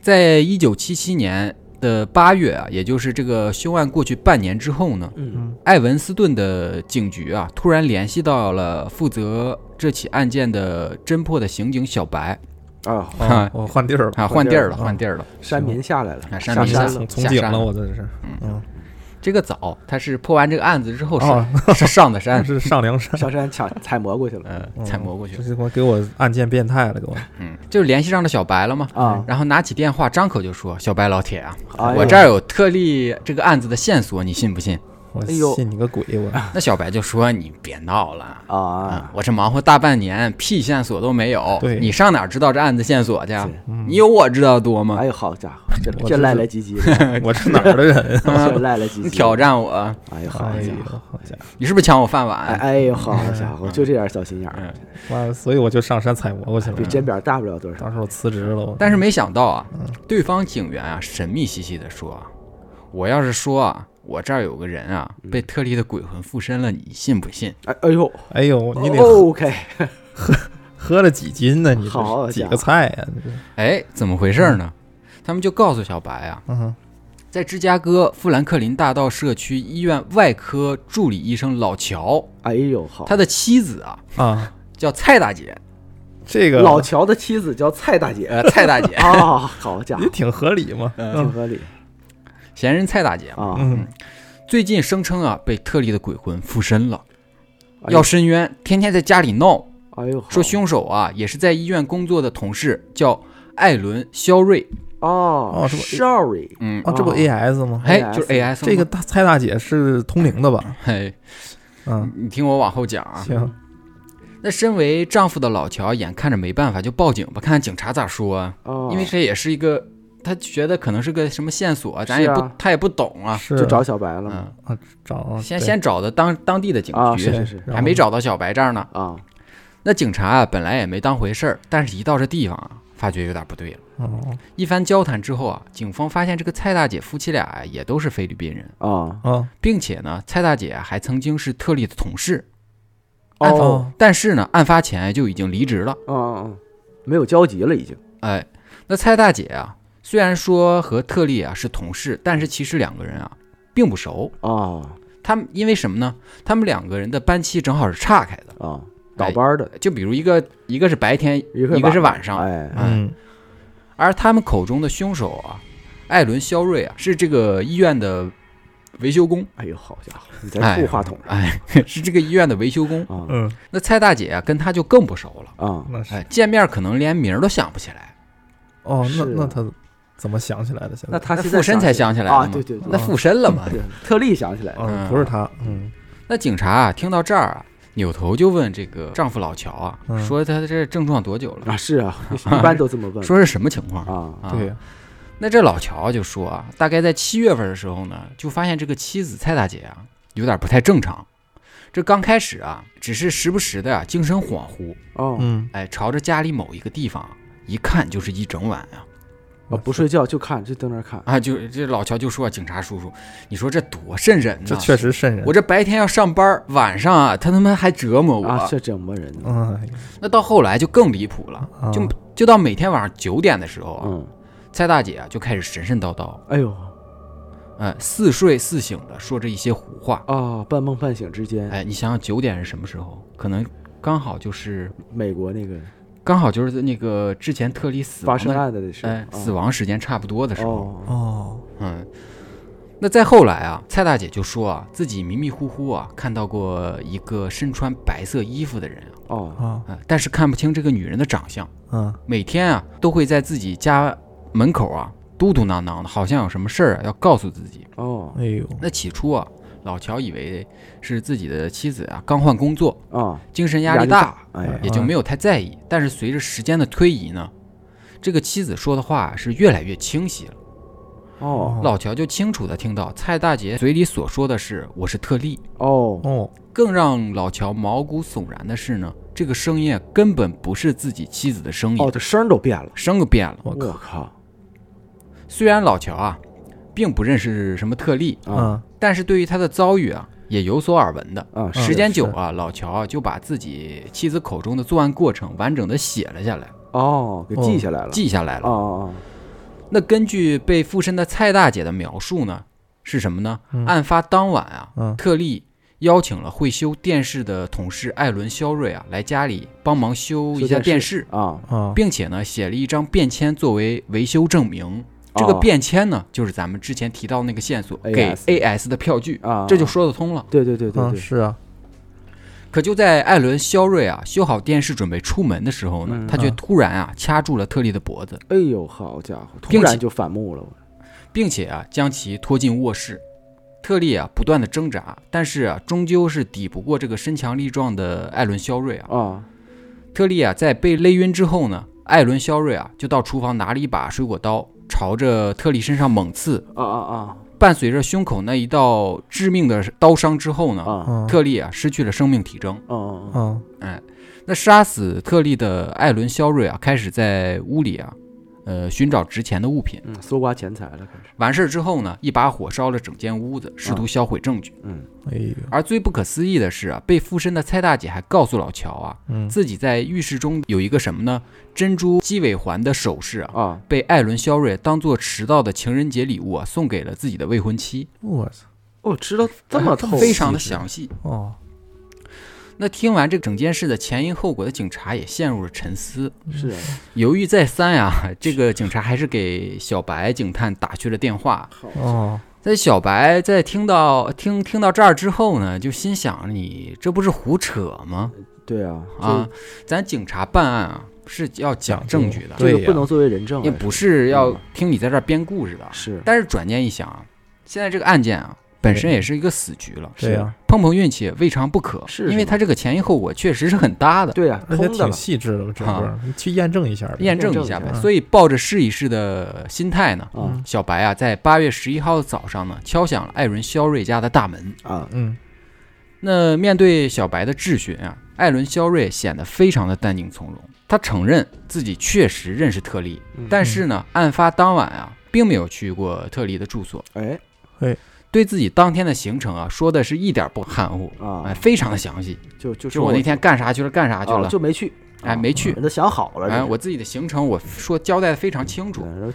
Speaker 1: 在一九七七年的八月啊，也就是这个凶案过去半年之后呢，
Speaker 2: 嗯
Speaker 1: 艾文斯顿的警局啊，突然联系到了负责这起案件的侦破的刑警小白
Speaker 2: 啊，
Speaker 3: 哦我换地儿了，
Speaker 1: 啊，换
Speaker 2: 换
Speaker 1: 地
Speaker 2: 地
Speaker 1: 儿
Speaker 2: 儿
Speaker 1: 了，
Speaker 2: 了
Speaker 1: 换地儿了。
Speaker 2: 山民下来
Speaker 1: 啊
Speaker 2: 了，
Speaker 1: 山
Speaker 2: 下
Speaker 1: 民
Speaker 2: 山
Speaker 1: 下
Speaker 2: 了
Speaker 3: 从从井
Speaker 1: 下山
Speaker 3: 了，
Speaker 1: 了
Speaker 3: 我这是，嗯，
Speaker 1: 这个早，他是破完这个案子之后上、
Speaker 3: 哦，
Speaker 1: 上上的山，
Speaker 3: 是上 梁山，哦
Speaker 2: 上山抢采蘑菇去了
Speaker 1: 呃，采蘑菇去
Speaker 3: 这
Speaker 1: 了。
Speaker 3: 是我给我案件变态了，给我，
Speaker 1: 嗯，就联系上了小白了嘛。
Speaker 2: 啊！
Speaker 1: 然后拿起电话，张口就说：“小白老铁啊，
Speaker 2: 哎
Speaker 1: 嗯我
Speaker 2: 呦
Speaker 1: 这儿有特例这个案子的线索，你信不信？”
Speaker 3: 我
Speaker 2: 哎呦
Speaker 3: 信你个鬼，我
Speaker 1: 那小白就说：“你别闹了。”啊
Speaker 2: 啊，，
Speaker 1: 我这忙活大半年，屁线索都没有。
Speaker 3: 对
Speaker 1: 你上哪儿知道这案子线索去啊？
Speaker 2: 是
Speaker 1: 你有我知道的多吗
Speaker 2: 哎？呦，好家伙，这
Speaker 3: 我
Speaker 2: 这
Speaker 3: 这
Speaker 2: 赖
Speaker 3: 是
Speaker 2: 赖唧唧 的，
Speaker 3: 我是哪儿 的人？
Speaker 2: 这赖赖唧
Speaker 1: 你
Speaker 2: 唧，
Speaker 1: 挑！战我，啊
Speaker 2: 哎呦，好
Speaker 3: 哎
Speaker 2: 家
Speaker 3: 呦，
Speaker 2: 伙，
Speaker 3: 好家
Speaker 1: 你是不是抢我饭
Speaker 2: 哎
Speaker 1: 碗？
Speaker 2: 哎呦，好家
Speaker 1: 嗯
Speaker 2: 伙，就这点小心眼儿，
Speaker 3: 伙，完了，所以我就上山采蘑
Speaker 1: 嗯
Speaker 3: 菇去
Speaker 2: 比
Speaker 3: 了。
Speaker 2: 针表大不了多少。
Speaker 3: 当时我辞职了，我
Speaker 1: 但是没想到啊，
Speaker 2: 嗯
Speaker 1: 对方警员啊神秘兮兮的说：“啊我要是说啊，我这儿有个人啊
Speaker 2: 嗯
Speaker 1: 被特例的鬼魂附身了，你信不信
Speaker 2: 哎哎呦，
Speaker 3: 哎呦，你得喝
Speaker 2: OK，
Speaker 3: 喝了几斤呢？你这
Speaker 2: 哦好
Speaker 3: 是
Speaker 2: 家
Speaker 3: 几
Speaker 2: 伙
Speaker 3: 个菜呀？你这？”
Speaker 1: 哎，怎么回事呢？
Speaker 2: 嗯
Speaker 1: 他们就告诉小白啊，
Speaker 3: 嗯哼，
Speaker 1: 在芝加哥富兰克林大道社区医院外科助理医生老乔，
Speaker 2: 哎呦，好，
Speaker 1: 他的妻子啊
Speaker 3: 啊，
Speaker 1: 叫蔡大姐，
Speaker 3: 这个
Speaker 2: 老乔的妻子叫蔡大姐
Speaker 1: 呃，蔡大姐，
Speaker 2: 啊，好家伙
Speaker 3: 也，挺合理嘛。
Speaker 2: 挺
Speaker 3: 嗯
Speaker 2: 合理
Speaker 1: 闲人蔡大姐嘛，
Speaker 2: 啊。
Speaker 3: 嗯，
Speaker 1: 最近声称啊被特例的鬼魂附身了，
Speaker 2: 哎呦
Speaker 1: 要伸冤，天天在家里闹，
Speaker 2: 哎呦，好
Speaker 1: 说凶手啊也是在医院工作的同事，叫艾伦·肖瑞，
Speaker 2: 哦
Speaker 3: 哦是不
Speaker 2: ，sorry，
Speaker 1: 嗯，
Speaker 3: 啊，这不
Speaker 2: 哦
Speaker 3: AS 吗？
Speaker 1: 哎，
Speaker 2: AS
Speaker 1: 就是 AS
Speaker 3: 这个
Speaker 1: 嘛，
Speaker 3: 大蔡大姐是通灵的吧？
Speaker 1: 嘿，
Speaker 3: 嗯，
Speaker 1: 你听我往后讲啊。
Speaker 3: 行，
Speaker 1: 那身为丈夫的老乔，眼看着没办法，就报警吧，看看警察咋说啊，
Speaker 2: 哦，
Speaker 1: 因为这也是一个。他觉得可能是个什么线索啊，咱也
Speaker 2: 是啊
Speaker 1: 不，他也不懂啊。
Speaker 3: 是
Speaker 2: 就找小白了嘛，
Speaker 1: 嗯，
Speaker 3: 找
Speaker 1: 先
Speaker 3: 对
Speaker 1: 先找的当当地的警
Speaker 2: 啊
Speaker 1: 局，
Speaker 2: 是
Speaker 3: 对
Speaker 2: 是
Speaker 3: 然
Speaker 1: 还
Speaker 3: 后
Speaker 1: 没找到小白这儿呢。
Speaker 2: 啊，
Speaker 1: 那警察啊，本来也没当回事儿，但是一到这地方啊，发觉有点不对了。
Speaker 3: 哦
Speaker 1: 一番交谈之后啊，警方发现这个蔡大姐夫妻俩啊也都是菲律宾人，
Speaker 2: 啊，
Speaker 3: 啊
Speaker 1: 并且呢，蔡大姐啊还曾经是特例的同事，案发、
Speaker 2: 哦，
Speaker 1: 但是呢，案发前就已经离职了。
Speaker 2: 嗯嗯，没有交集了已经，
Speaker 1: 哎，那蔡大姐啊，虽然说和特例啊是同事，但是其实两个人啊并不熟。
Speaker 2: 啊
Speaker 1: 他们因为什么呢？他们两个人的班期正好是岔开的，
Speaker 2: 啊，倒班的，
Speaker 1: 就比如一个一个是白天，
Speaker 2: 一
Speaker 1: 哎一
Speaker 2: 个
Speaker 1: 个是晚上，
Speaker 2: 哎，
Speaker 3: 嗯
Speaker 1: 而他们口中的凶手啊，艾伦·肖瑞啊，是这个医院的维修工，
Speaker 2: 哎呦，好家伙，你在
Speaker 1: 哎
Speaker 2: 吐话筒
Speaker 1: 哎，是这个医院的维修工。
Speaker 2: 上啊
Speaker 3: 嗯，
Speaker 1: 那蔡大姐啊，跟他就更不熟了，
Speaker 2: 啊，
Speaker 3: 那是
Speaker 1: 哎，见面可能连名儿都想不起来，
Speaker 3: 哦，那
Speaker 2: 是
Speaker 3: 那他怎么想起来的？现
Speaker 2: 那
Speaker 3: 在
Speaker 2: 他
Speaker 1: 那
Speaker 2: 现
Speaker 1: 附
Speaker 2: 在
Speaker 1: 身才想起来的嘛
Speaker 2: 啊，对对对
Speaker 1: 那附身了嘛。
Speaker 2: 对，特例想起来了，
Speaker 3: 哦
Speaker 1: 嗯，
Speaker 3: 不是他，嗯
Speaker 1: 那警察啊，听到这儿啊，扭头就问这个丈夫老乔啊，
Speaker 3: 嗯
Speaker 1: 说他这症状多久了？
Speaker 2: 啊，是啊， 一般都这么问，
Speaker 1: 哦说是什么情况？
Speaker 2: 啊，
Speaker 1: 啊
Speaker 3: 对，
Speaker 1: 那这老乔就说啊，大概在七月份的时候呢，就发现这个妻子蔡大姐啊有点不太正常。这刚开始啊，只是时不时的啊精神恍惚，
Speaker 2: 哦，
Speaker 3: 嗯
Speaker 1: 哎，朝着家里某一个地方啊一看就是一整晚啊
Speaker 2: 啊不睡觉就看，就在那儿看，
Speaker 1: 啊！就这老乔就说、啊警察叔叔，你说这多瘆人呐！
Speaker 3: 这确，实瘆人
Speaker 1: 我。这白天要上班，晚上啊他他妈还折磨我。哦
Speaker 2: 啊，这折磨人呢，
Speaker 3: 嗯
Speaker 1: 那到后来就更离谱了，
Speaker 3: 啊
Speaker 1: 就就到每天晚上九点的时候啊，
Speaker 2: 嗯，
Speaker 1: 蔡大姐啊就开始神神叨叨，
Speaker 2: 哎呦，
Speaker 1: 呃，似睡似醒的说着一些胡话。
Speaker 2: 啊，半梦半醒之间，
Speaker 1: 哎，你想想九点是什么时候？可能刚好就是
Speaker 2: 美国那个
Speaker 1: 刚好就是那个之前特里死
Speaker 2: 发
Speaker 1: 亡
Speaker 2: 生
Speaker 1: 的，
Speaker 2: 案的那是，哦
Speaker 1: 哎
Speaker 2: 啊，
Speaker 1: 死亡时间差不多的时候。
Speaker 2: 哦，
Speaker 3: 哦
Speaker 1: 嗯，那再后来啊，蔡大姐就说啊，自己迷迷糊糊啊看到过一个身穿白色衣服的人啊
Speaker 2: 哦，
Speaker 3: 啊，
Speaker 1: 呃但是看不清这个女人的长相。
Speaker 3: 嗯
Speaker 1: 每天啊都会在自己家门口啊嘟嘟囔囔的，好像有什么事儿啊要告诉自己。
Speaker 2: 哦，
Speaker 3: 哎呦，
Speaker 1: 那起初啊，老乔以为是自己的妻子啊刚换工作，
Speaker 2: 哦，
Speaker 1: 精神压
Speaker 2: 压
Speaker 1: 力
Speaker 2: 力
Speaker 1: 大，
Speaker 2: 哎，
Speaker 1: 也就没有太在意。但是随着时间的推移呢，这个妻子说的话是越来越清晰了。
Speaker 2: 哦，
Speaker 1: 老乔就清楚的听到蔡大姐嘴里所说的是“我是特例
Speaker 2: 哦，
Speaker 3: 哦，”。
Speaker 1: 更让老乔毛骨悚然的是呢，这个声音啊根本不是自己妻子的声音
Speaker 2: 哦，，这声儿都变了，
Speaker 1: 声都变了。
Speaker 3: 我
Speaker 2: 我
Speaker 3: 靠，
Speaker 2: 靠，啊
Speaker 1: 虽然老乔啊，并不认识什么特例，
Speaker 2: 啊
Speaker 3: 嗯
Speaker 1: 但是对于他的遭遇啊，也有所耳闻的。
Speaker 2: 啊，
Speaker 3: 嗯
Speaker 1: 时间久啊，老乔啊就把自己妻子口中的作案过程完整的写了下来，
Speaker 2: 哦，给记下来了，
Speaker 1: 记下来
Speaker 2: 哦
Speaker 1: 了。
Speaker 2: 哦
Speaker 1: 那根据被附身的蔡大姐的描述呢，是什么呢？
Speaker 3: 嗯
Speaker 1: 案发当晚啊，
Speaker 3: 嗯
Speaker 1: 特例邀请了会修电视的同事艾伦·肖瑞啊来家里帮忙修一
Speaker 2: 修
Speaker 1: 下
Speaker 2: 电视
Speaker 1: 电视，
Speaker 2: 哦，啊，
Speaker 3: 啊，
Speaker 1: 并且呢写了一张便签作为维修证明。这个
Speaker 2: 哦
Speaker 1: 便签呢，就是咱们之前提到那个线索给
Speaker 2: AS
Speaker 1: AS 的票据，
Speaker 2: 啊，
Speaker 1: 这就说得通了。
Speaker 2: 对对对对
Speaker 3: 嗯
Speaker 2: 对，
Speaker 3: 是啊，
Speaker 1: 可就在艾伦·肖瑞啊修好电视准备出门的时候呢
Speaker 2: 嗯，
Speaker 1: 他却
Speaker 3: 啊
Speaker 1: 突然啊掐住了特利的脖子，
Speaker 2: 哎呦，好家伙，突
Speaker 1: 并
Speaker 2: 然
Speaker 1: 且
Speaker 2: 就反目了，
Speaker 1: 并且啊将其拖进卧室。特利啊不断的挣扎，但是啊终究是抵不过这个身强力壮的艾伦·肖瑞啊。
Speaker 2: 啊，
Speaker 1: 特利啊在被勒晕之后呢，艾伦·肖瑞啊就到厨房拿了一把水果刀，朝着特利身上猛刺，
Speaker 2: 啊啊
Speaker 1: 伴随着胸口那一道致命的刀伤之后
Speaker 2: 啊
Speaker 1: 呢，
Speaker 2: 啊，
Speaker 3: 嗯
Speaker 1: 特利啊失去了生命体征。
Speaker 2: 嗯嗯
Speaker 3: 嗯
Speaker 1: 哎，那杀死特利的艾伦·肖瑞啊，开始在屋里啊，呃，寻找值钱的物品。
Speaker 2: 嗯，搜刮钱财了，开始，
Speaker 1: 完事儿之后呢，一把火烧了整间屋子，试图销毁证据。
Speaker 2: 嗯，
Speaker 3: 哎呦，
Speaker 1: 而最不可思议的是啊，被附身的蔡大姐还告诉老乔啊，
Speaker 3: 嗯
Speaker 1: 自己在浴室中有一个什么呢？珍珠鸡尾环的首饰啊，
Speaker 2: 啊，
Speaker 1: 被艾伦·肖瑞当做迟到的情人节礼物啊，送给了自己的未婚妻。
Speaker 3: 我操，
Speaker 2: 哦，知道这么透，
Speaker 1: 哎非常的详细。
Speaker 3: 哦，
Speaker 1: 那听完这整件事的前因后果的警察也陷入了沉思，
Speaker 2: 是啊，
Speaker 1: 犹豫再三呀、这个警察还是给小白警探打去了电话。
Speaker 2: 好，
Speaker 3: 哦，
Speaker 1: 在小白在听到听听到这儿之后呢，就心想你这不是胡扯吗？
Speaker 2: 对啊，
Speaker 1: 啊，咱警察办案啊是要讲证据的，
Speaker 3: 对
Speaker 2: 这
Speaker 3: 呀
Speaker 2: 个不能作为人证啊，
Speaker 1: 也不是要听你在这儿编故事的。
Speaker 2: 是，
Speaker 1: 但是转念一想啊，现在这个案件啊本身
Speaker 3: 对
Speaker 1: 也是一个死局了，
Speaker 3: 对呀，
Speaker 1: 碰碰运气也未尝不可，
Speaker 2: 是
Speaker 1: 因
Speaker 2: 是
Speaker 1: 为
Speaker 2: 吧
Speaker 1: 他这个前因后果确实是很搭的。
Speaker 2: 对啊，
Speaker 3: 而且
Speaker 2: 通的
Speaker 3: 挺
Speaker 2: 了，
Speaker 3: 细致的，我整个你去验证一下呗，
Speaker 1: 验证
Speaker 2: 证
Speaker 1: 一
Speaker 2: 一
Speaker 1: 下
Speaker 2: 下
Speaker 1: 呗，
Speaker 3: 嗯
Speaker 1: 所以抱着试一试的心态呢，
Speaker 2: 啊
Speaker 1: 小白啊，在八月十一号的早上呢，敲响了艾伦·肖瑞家的大门。
Speaker 2: 啊，
Speaker 3: 嗯
Speaker 1: 那面对小白的质询啊，艾伦·肖瑞显得非常的淡定从容。他承认自己确实认识特利，
Speaker 2: 嗯
Speaker 1: 但是呢，案发当晚啊，并没有去过特利的住所，
Speaker 2: 哎
Speaker 1: 对自己当天的行程啊，说的是一点不含糊，哎，
Speaker 2: 啊，
Speaker 1: 非常的详细。
Speaker 2: 就就
Speaker 1: 就
Speaker 2: 说
Speaker 1: 我那天干啥去了，干啥去
Speaker 2: 啊
Speaker 1: 了，
Speaker 2: 就没去，
Speaker 1: 哎，没去。
Speaker 2: 人都想好了，
Speaker 1: 哎，
Speaker 2: 这是嗯
Speaker 1: 我自己的行程我说交代的非常清楚。
Speaker 2: 对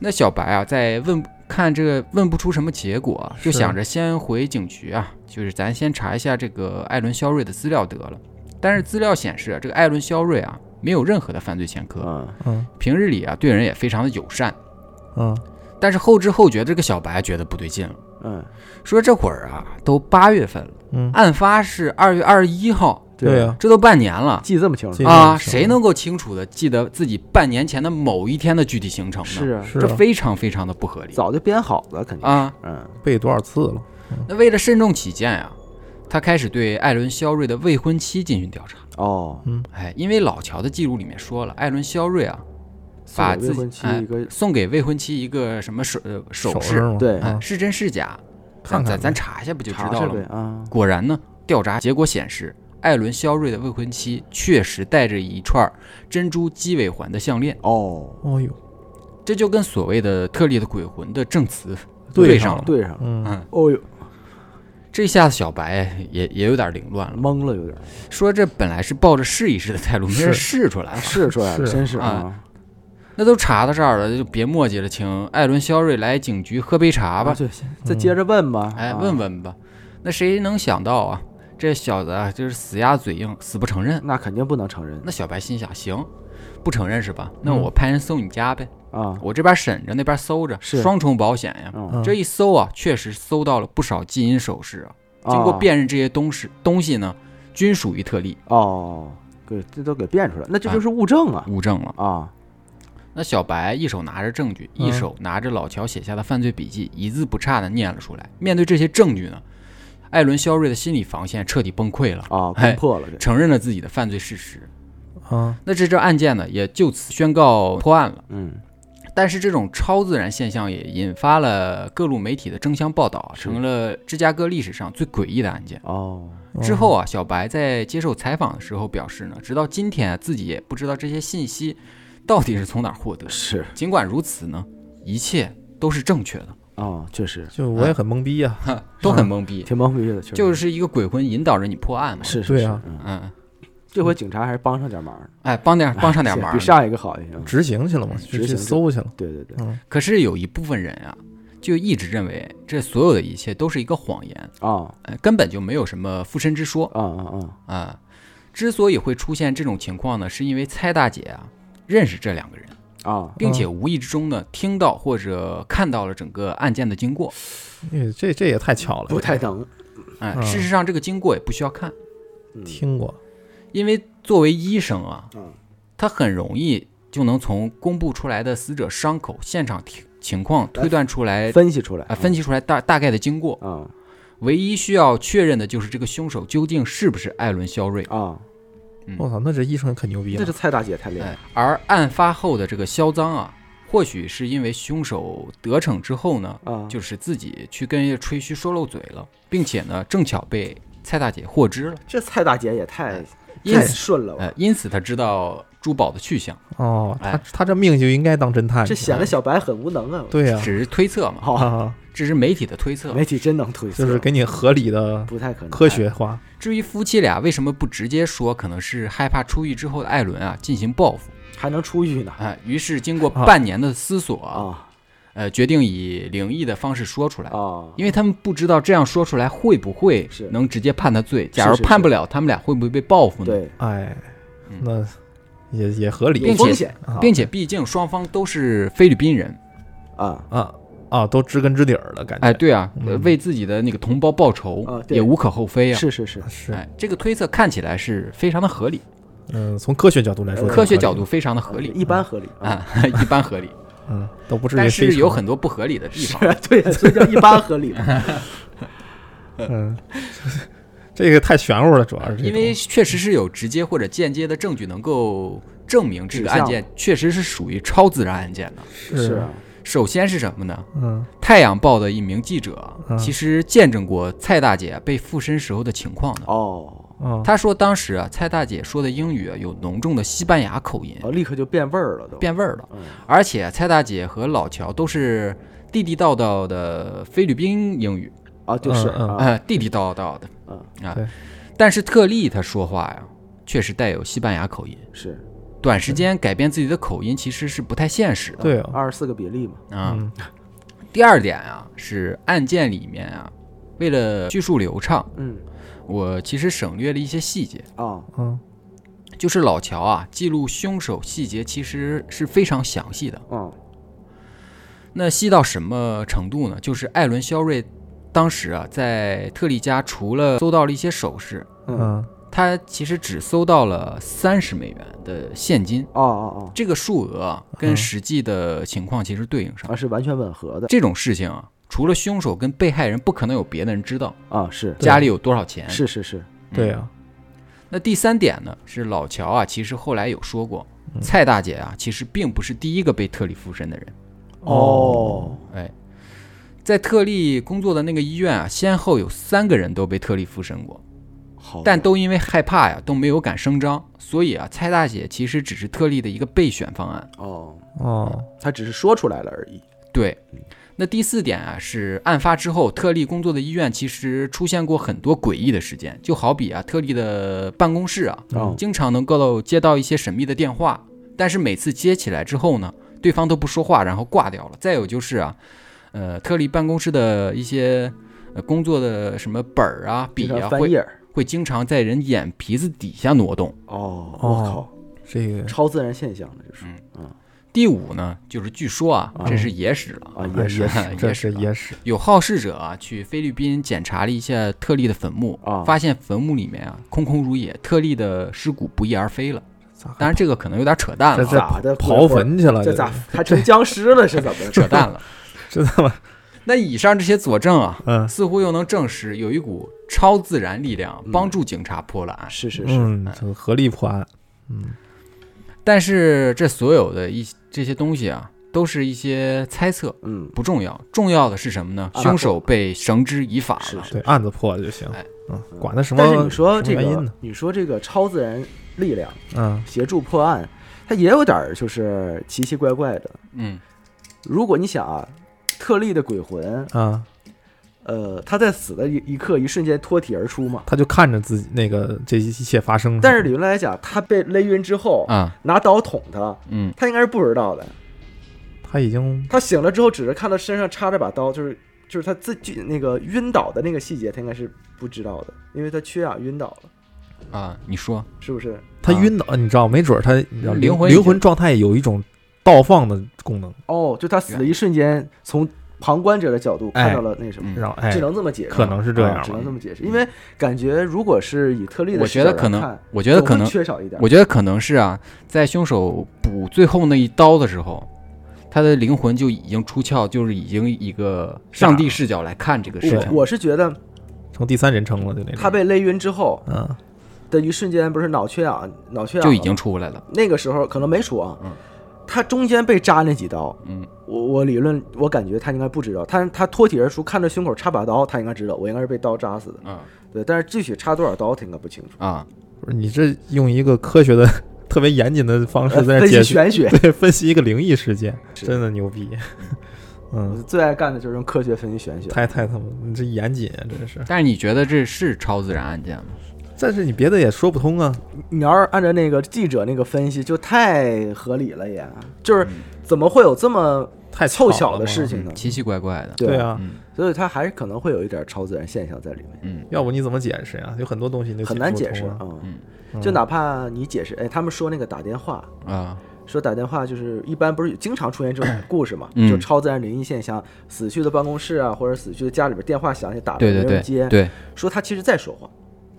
Speaker 1: 那小白啊，在问看这个问不出什么结果，啊就是想着先回警局啊，就是咱先查一下这个艾伦·肖瑞的资料得了。但是资料显示啊，这个艾伦·肖瑞啊，没有任何的犯罪前科，
Speaker 2: 嗯，
Speaker 3: 嗯
Speaker 1: 平日里啊对人也非常的友善。
Speaker 3: 嗯，
Speaker 1: 但是后知后觉，这个小白觉得不对劲了，
Speaker 2: 嗯，
Speaker 1: 说这会儿啊都八月份了，
Speaker 3: 嗯
Speaker 1: 案发是二月二十一号，
Speaker 3: 对
Speaker 2: 啊，
Speaker 3: 呀，
Speaker 1: 这都半年了。
Speaker 2: 记这么清楚
Speaker 3: 记，
Speaker 1: 啊，
Speaker 3: 这个是
Speaker 1: 谁能够清楚的记得自己半年前的某一天的具体行程呢？
Speaker 2: 是啊，
Speaker 3: 是
Speaker 1: 这
Speaker 3: 啊
Speaker 1: 非常非常的不合理
Speaker 2: 早就编好了，肯定是，
Speaker 1: 啊！
Speaker 2: 嗯，
Speaker 3: 背多少次了？
Speaker 1: 那为了慎重起见呀、他开始对艾伦·肖瑞的未婚妻进行调查。
Speaker 2: 哦，
Speaker 1: 哎，因为老乔的记录里面说了，艾伦·肖瑞啊，
Speaker 2: 送
Speaker 1: 把
Speaker 2: 给
Speaker 1: 自
Speaker 2: 未
Speaker 1: 己
Speaker 2: 婚妻
Speaker 1: 哎
Speaker 2: 一个，
Speaker 1: 送给未婚妻一个什么首呃首
Speaker 3: 饰
Speaker 1: 饰，
Speaker 3: 吗？
Speaker 2: 对
Speaker 1: 哎
Speaker 3: 啊，
Speaker 1: 是真是假？咱
Speaker 3: 看看
Speaker 1: 咱咱查一下不就知
Speaker 2: 查
Speaker 1: 道
Speaker 2: 查
Speaker 1: 了
Speaker 2: 呗
Speaker 1: 吗？
Speaker 2: 啊，
Speaker 1: 果然呢，调查结果显示，艾伦·肖瑞的未婚妻确实戴着一串珍珠鸡尾环的项链，
Speaker 2: 哦，
Speaker 3: 哦呦，
Speaker 1: 这就跟所谓的特例的鬼魂的证词
Speaker 3: 对
Speaker 1: 对
Speaker 3: 上
Speaker 1: 上了。
Speaker 2: 对上了，
Speaker 3: 嗯
Speaker 1: 嗯，
Speaker 2: 哦呦，
Speaker 1: 这下子小白也也有点凌乱了。
Speaker 2: 懵了有点，
Speaker 1: 说这本来是抱着试一试的态度，没人
Speaker 3: 是
Speaker 1: 试出来
Speaker 2: 啊
Speaker 1: 了。
Speaker 2: 是出来了，
Speaker 3: 是
Speaker 2: 真是
Speaker 1: 啊
Speaker 2: 啊，
Speaker 1: 那都查到这儿了，就别磨叽了，请艾伦·肖瑞来警局喝杯茶
Speaker 2: 啊
Speaker 1: 吧。嗯
Speaker 2: 对，再接着问吧，
Speaker 1: 哎，
Speaker 2: 啊
Speaker 1: 问，问吧。那谁能想到啊？这小子啊，就是死鸭嘴硬，死不承认。
Speaker 2: 那肯定不能承认
Speaker 1: 那小白心想，行，不承认是吧？那
Speaker 3: 嗯
Speaker 1: 我派人搜你家呗，
Speaker 2: 啊。
Speaker 1: 我这边审着，那边搜着，
Speaker 2: 是
Speaker 1: 双重保险呀。
Speaker 2: 嗯，
Speaker 3: 嗯
Speaker 1: 这一搜啊，确实搜到了不少金银首饰啊。经过
Speaker 2: 哦
Speaker 1: 辨认，这些东西东西呢，均属于特例
Speaker 2: 哦，给这都给变出来，那这
Speaker 1: 啊嗯
Speaker 2: 就是物证啊
Speaker 1: 物证了。
Speaker 2: 啊！
Speaker 1: 那小白一手拿着证据，
Speaker 3: 嗯
Speaker 1: 一手拿着老乔写下的犯罪笔记，一字不差的念了出来。面对这些证据呢，艾伦·肖瑞的心理防线彻底崩溃了，
Speaker 2: 啊，
Speaker 1: 哎
Speaker 2: 攻破了这
Speaker 1: 承认了自己的犯罪事实。
Speaker 3: 啊，
Speaker 1: 那这桩案件呢，也就此宣告破案了。
Speaker 2: 嗯
Speaker 1: 但是这种超自然现象也引发了各路媒体的争相报道，
Speaker 2: 是
Speaker 1: 成了芝加哥历史上最诡异的案件。
Speaker 2: 哦
Speaker 3: 嗯
Speaker 1: 之后啊，小白在接受采访的时候表示呢，直到今天啊自己也不知道这些信息到底是从哪儿获得的。
Speaker 2: 是
Speaker 1: 尽管如此呢，一切都是正确的，
Speaker 2: 哦，确实
Speaker 3: 就我也很懵逼啊呀，
Speaker 1: 哈 都很懵逼，
Speaker 2: 挺懵逼的，确实
Speaker 1: 啊就是一个鬼魂引导着你破案嘛。
Speaker 2: 是是
Speaker 3: 对啊
Speaker 2: 是嗯
Speaker 1: 嗯，
Speaker 2: 这回警察还是帮上点忙，
Speaker 1: 哎，帮点帮上点忙嗯
Speaker 2: 比。上一个好一些。
Speaker 3: 执行去了嘛，
Speaker 2: 执
Speaker 3: 就去
Speaker 2: 行去
Speaker 3: 搜去了。
Speaker 2: 对对对，
Speaker 3: 嗯，
Speaker 1: 可是有一部分人啊，就一直认为这所有的一切都是一个谎言，
Speaker 2: 啊
Speaker 1: 哎，根本就没有什么附身之说
Speaker 2: 啊啊啊！
Speaker 1: 啊。之所以会出现这种情况呢，是因为蔡大姐啊认识这两个人。
Speaker 2: 啊，
Speaker 1: 并且无意之中呢听到或者看到了整个案件的经过。
Speaker 3: 因为这这也太巧了，
Speaker 2: 不太能，
Speaker 1: 哎，
Speaker 3: 嗯
Speaker 1: 事实上这个经过也不需要看，
Speaker 2: 嗯
Speaker 3: 听过。
Speaker 1: 因为作为医生啊
Speaker 2: 嗯，
Speaker 1: 他很容易就能从公布出来的死者伤口、现场情情况推断出来，
Speaker 2: 分析出来嗯
Speaker 1: 啊，分析出来大大概的经过。
Speaker 2: 啊
Speaker 1: 唯一需要确认的就是这个凶手究竟是不是艾伦·肖瑞。
Speaker 2: 啊，
Speaker 1: 嗯
Speaker 3: 我操，那这医生可牛逼
Speaker 2: 那
Speaker 3: 了
Speaker 2: 这。蔡大姐太厉害
Speaker 1: 哎，而案发后的这个销赃啊，或许是因为凶手得逞之后呢，
Speaker 2: 啊，
Speaker 1: 就是自己去跟人家吹嘘说漏嘴了，并且呢，正巧被蔡大姐获知了，
Speaker 2: 这蔡大姐也太
Speaker 1: 因
Speaker 2: 太
Speaker 1: 此，
Speaker 2: 顺了吧
Speaker 1: 呃，？因此他知道珠宝的去向，
Speaker 3: 哦，
Speaker 1: 哎
Speaker 3: 他他这命就应该当侦探。
Speaker 2: 这显得小白很无能啊。
Speaker 3: 哎对呀，
Speaker 1: 只是推测嘛，
Speaker 2: 好，
Speaker 3: 啊，
Speaker 1: 这是媒体的推测。
Speaker 2: 媒体真能推测，
Speaker 3: 就是给你合理的
Speaker 2: 不太可能
Speaker 3: 科学化。
Speaker 1: 至于夫妻俩为什么不直接说，可能是害怕出狱之后的艾伦啊进行报复，
Speaker 2: 还能出狱呢
Speaker 1: 哎、于是经过半年的思索啊，
Speaker 2: 啊
Speaker 1: 呃，决定以灵异的方式说出来。
Speaker 2: 啊！
Speaker 1: 因为他们不知道这样说出来会不会
Speaker 2: 是
Speaker 1: 能直接判他罪，假如
Speaker 2: 是是
Speaker 1: 判不了，他们俩会不会被报复呢？
Speaker 2: 对，
Speaker 3: 哎
Speaker 1: 嗯，
Speaker 3: 那也也合理
Speaker 1: 并
Speaker 2: 有
Speaker 1: 且
Speaker 2: 风险
Speaker 3: 啊
Speaker 1: 并且毕竟双方都是菲律宾人，
Speaker 2: 啊
Speaker 3: 啊啊，都知根知底儿了，感觉。
Speaker 1: 哎，对啊，呃
Speaker 3: 嗯
Speaker 1: 为自己的那个同胞报仇、
Speaker 2: 啊对
Speaker 1: 也无可厚非啊。
Speaker 2: 是是是，
Speaker 3: 是，
Speaker 1: 哎，这个推测看起来是非常的合理，
Speaker 3: 嗯，从科学角度来说，
Speaker 2: 呃
Speaker 1: 科学角度，非常的合理
Speaker 2: 一般合理啊。
Speaker 1: 啊， 一般合理，
Speaker 3: 嗯，都不至于
Speaker 1: 但
Speaker 3: 非
Speaker 1: 是
Speaker 3: 常
Speaker 1: 有很多不合理的地
Speaker 2: 是
Speaker 1: 方。
Speaker 2: 对，所以叫一般合理嘛。
Speaker 3: 嗯， 这个太玄乎了，主要是这种
Speaker 1: 因为确实是有直接或者间接的证据能够证明这个案件确实是属于超自然案件的。
Speaker 2: 是
Speaker 3: 是
Speaker 2: 啊，
Speaker 1: 首先是什么呢？
Speaker 3: 嗯
Speaker 1: 《太阳报》的一名记者
Speaker 3: 嗯
Speaker 1: 其实见证过蔡大姐被附身时候的情况的。
Speaker 2: 哦
Speaker 3: 哦，
Speaker 1: 他说当时啊，蔡大姐说的英语啊有浓重的西班牙口音，
Speaker 2: 哦，立刻就变味儿了都。
Speaker 1: 变味儿了。
Speaker 2: 嗯
Speaker 1: 而且蔡大姐和老乔都是地地道道的菲律宾英语，
Speaker 2: 啊，就是
Speaker 3: 嗯嗯
Speaker 2: 啊
Speaker 1: 呃，地地道道的
Speaker 2: 嗯，
Speaker 1: 啊
Speaker 3: 对。
Speaker 1: 但是特利他说话呀，确实带有西班牙口音，
Speaker 2: 是
Speaker 1: 短时
Speaker 3: 嗯
Speaker 1: 间改变自己的口音其实是不太现实的
Speaker 3: 对哦，
Speaker 2: 二十四个比例嘛。
Speaker 1: 啊。
Speaker 3: 嗯
Speaker 1: 第二点啊，是案件里面啊，为了叙述流畅，
Speaker 2: 嗯
Speaker 1: 我其实省略了一些细节，
Speaker 2: 啊
Speaker 3: 嗯
Speaker 1: 就是老乔啊记录凶手细节其实是非常详细的。
Speaker 2: 嗯
Speaker 1: 那细到什么程度呢？就是艾伦·肖瑞当时啊，在特利家除了搜到了一些首饰，
Speaker 2: 嗯哦
Speaker 3: 嗯
Speaker 1: 他其实只搜到了三十美元的现金，
Speaker 2: 哦
Speaker 1: 这个数额啊跟
Speaker 3: 嗯
Speaker 1: 实际的情况其实对应
Speaker 2: 哦
Speaker 1: 上。
Speaker 2: 啊，是完全吻合的
Speaker 1: 这种事情啊，除了凶手跟被害人，不可能有别的人知道
Speaker 2: 啊，是
Speaker 1: 家里有多少钱。嗯
Speaker 2: 是是是
Speaker 3: 对啊，
Speaker 1: 那第三点呢，是老乔啊，其实后来有说过，
Speaker 3: 嗯
Speaker 1: 蔡大姐啊，其实并不是第一个被特里附身的人。
Speaker 2: 哦
Speaker 1: 哎，在特利工作的那个医院啊，先后有三个人都被特利附身过，
Speaker 3: 哦
Speaker 2: 好，
Speaker 1: 但都因为害怕呀，都没有敢声张。所以啊，蔡大姐其实只是特利的一个备选方案。
Speaker 2: 哦，
Speaker 3: 哦
Speaker 2: 他只是说出来了而已。
Speaker 1: 对，那第四点啊，是案发之后，特利工作的医院其实出现过很多诡异的事件，就好比啊，特利的办公室啊，
Speaker 2: 哦
Speaker 1: 经常能够到接到一些神秘的电话，但是每次接起来之后呢，对方都不说话，然后挂掉了。再有就是啊，呃，特利办公室的一些呃工作的什么本儿啊、笔
Speaker 2: 经
Speaker 1: 啊，
Speaker 2: 常翻
Speaker 1: 会
Speaker 2: 页儿
Speaker 1: 会经常在人眼皮子底下挪动。
Speaker 2: 哦，
Speaker 3: 哦
Speaker 2: 我靠，
Speaker 3: 这个
Speaker 2: 超自然现象了，这是
Speaker 1: 嗯
Speaker 2: 嗯
Speaker 1: 第五呢，就是据说啊，
Speaker 2: 啊
Speaker 1: 这是野史了
Speaker 2: 啊，
Speaker 3: 哎
Speaker 2: 也
Speaker 3: 是
Speaker 2: 是
Speaker 3: 这
Speaker 1: 野
Speaker 3: 是
Speaker 1: 史
Speaker 3: 野史，
Speaker 1: 有好事者啊，去菲律宾检查了一下特例的坟墓，
Speaker 2: 啊
Speaker 1: 嗯发现坟墓里面啊空空如也，特例的尸骨不翼而飞了。
Speaker 3: 咋
Speaker 1: 当然，这个可能有点扯淡了
Speaker 3: 这
Speaker 1: 啊，
Speaker 2: 咋的？
Speaker 3: 刨坟去了？
Speaker 2: 这咋还成僵尸了？是怎么 着？
Speaker 1: 扯淡了。
Speaker 3: 知道吗？
Speaker 1: 那以上这些佐证啊，
Speaker 3: 嗯
Speaker 1: 似乎又能证实有一股超自然力量
Speaker 2: 嗯
Speaker 1: 帮助警察破了案。
Speaker 2: 是是哎是，
Speaker 3: 嗯，就合力破案。嗯，
Speaker 1: 但是这所有的一这些东西啊，都是一些猜测，
Speaker 2: 嗯，
Speaker 1: 不重要。重要的是什么呢？
Speaker 2: 啊
Speaker 1: 凶手被绳之以法
Speaker 2: 是
Speaker 1: 了。
Speaker 2: 是
Speaker 3: 对，。案子破了就行
Speaker 1: 哎。
Speaker 3: 嗯，管他什么
Speaker 2: 但是你说
Speaker 3: 什
Speaker 2: 这
Speaker 3: 么原因
Speaker 2: 个
Speaker 3: 呢？，
Speaker 2: 你说这个超自然力量
Speaker 3: 嗯，
Speaker 2: 协助破案，它也有点儿就是奇奇怪怪的。
Speaker 1: 嗯，
Speaker 2: 如果你想啊，特例的鬼魂，
Speaker 3: 啊，
Speaker 2: 呃，他在死的一一刻一瞬间脱体而出嘛。
Speaker 3: 他就看着自己那个这一切发生。
Speaker 2: 但是理论来讲，他被勒晕之后，
Speaker 1: 啊，
Speaker 2: 拿刀捅他，
Speaker 1: 嗯，
Speaker 2: 他应该是不知道的。
Speaker 3: 他已经
Speaker 2: 他醒了之后，只是看到身上插着把刀，就是就是他自己那个晕倒的那个细节，他应该是不知道的，因为他缺氧晕倒了，
Speaker 1: 啊，你说，
Speaker 2: 是不是？
Speaker 3: 他
Speaker 1: 啊
Speaker 3: 晕倒，你知道，没准儿他你知道
Speaker 1: 灵魂已
Speaker 3: 灵
Speaker 1: 经
Speaker 3: 魂状态有一种倒放的功能，
Speaker 2: 哦，就他死的一瞬间，从旁观者的角度看到了那什么，
Speaker 1: 嗯
Speaker 3: 然后哎
Speaker 2: 只，能这么解释，
Speaker 3: 可能是这样
Speaker 2: 啊只
Speaker 3: 吧
Speaker 2: 能这么解释，因为感觉如果是以特例的
Speaker 1: 我
Speaker 2: 视
Speaker 1: 觉
Speaker 2: 角来
Speaker 1: 得
Speaker 2: 看，
Speaker 1: 可能，我觉得
Speaker 2: 总
Speaker 1: 可
Speaker 2: 会
Speaker 1: 能，
Speaker 2: 缺少一点，
Speaker 1: 我觉得可能是啊，在凶手补最后那一刀的时候，他的灵魂就已经出窍，就是已经一个上帝视角来看这个事情。
Speaker 2: 我我是觉得
Speaker 3: 成第三人称了，就那种。
Speaker 2: 他被勒晕之后
Speaker 3: 嗯
Speaker 2: 的一瞬间，不是脑缺氧，脑缺氧
Speaker 1: 就
Speaker 2: 了
Speaker 1: 已经出来了。
Speaker 2: 那个时候可能没出啊，
Speaker 1: 嗯
Speaker 2: 他中间被扎那几刀，
Speaker 1: 嗯，
Speaker 2: 我我理论我感觉他应该不知道，他他脱体而出，看着胸口插把刀，他应该知道，我应该是被刀扎死的，
Speaker 1: 啊
Speaker 2: 对，但是具体插多少刀，他应该不清楚。
Speaker 1: 啊，
Speaker 3: 不是你这用一个科学的、特别严谨的方式在
Speaker 2: 呃
Speaker 3: 那
Speaker 2: 分析
Speaker 3: 解释，
Speaker 2: 玄学，
Speaker 3: 对，分析一个灵异事件，
Speaker 2: 是
Speaker 3: 真的牛逼。
Speaker 2: 我
Speaker 3: 嗯，
Speaker 2: 最爱干的就是用科学分析玄学。
Speaker 3: 太太他妈，你这严谨啊，真是。
Speaker 1: 但是你觉得这是超自然案件吗？
Speaker 3: 但是你别的也说不通啊。
Speaker 2: 你要是按照那个记者那个分析，就太合理了也，就是怎么会有这么
Speaker 3: 嗯太
Speaker 2: 凑
Speaker 3: 巧
Speaker 2: 巧
Speaker 3: 了
Speaker 2: 的
Speaker 3: 嘛嗯
Speaker 2: 事情呢？
Speaker 1: 奇奇怪怪的。
Speaker 3: 对
Speaker 2: 嗯啊，
Speaker 3: 啊，
Speaker 1: 嗯
Speaker 2: 所以他还是可能会有一点超自然现象在里面，
Speaker 1: 嗯
Speaker 3: 要不你怎么解释呀？有很多东西你都
Speaker 2: 很难
Speaker 3: 解
Speaker 2: 解
Speaker 3: 不
Speaker 2: 释
Speaker 3: 通
Speaker 2: 啊
Speaker 3: 啊。。
Speaker 2: 嗯
Speaker 3: 嗯
Speaker 2: 就哪怕你解释，哎，他们说那个打电话，
Speaker 1: 啊，
Speaker 2: 说打电话就是一般不是经常出现这种故事嘛，
Speaker 1: 嗯
Speaker 2: 就超自然灵异现象，死去的办公室啊，或者死去的家里边电话响起打了
Speaker 1: 对
Speaker 2: 啊没
Speaker 1: 对对
Speaker 2: 人接，
Speaker 1: 对
Speaker 2: 说他其实在说话，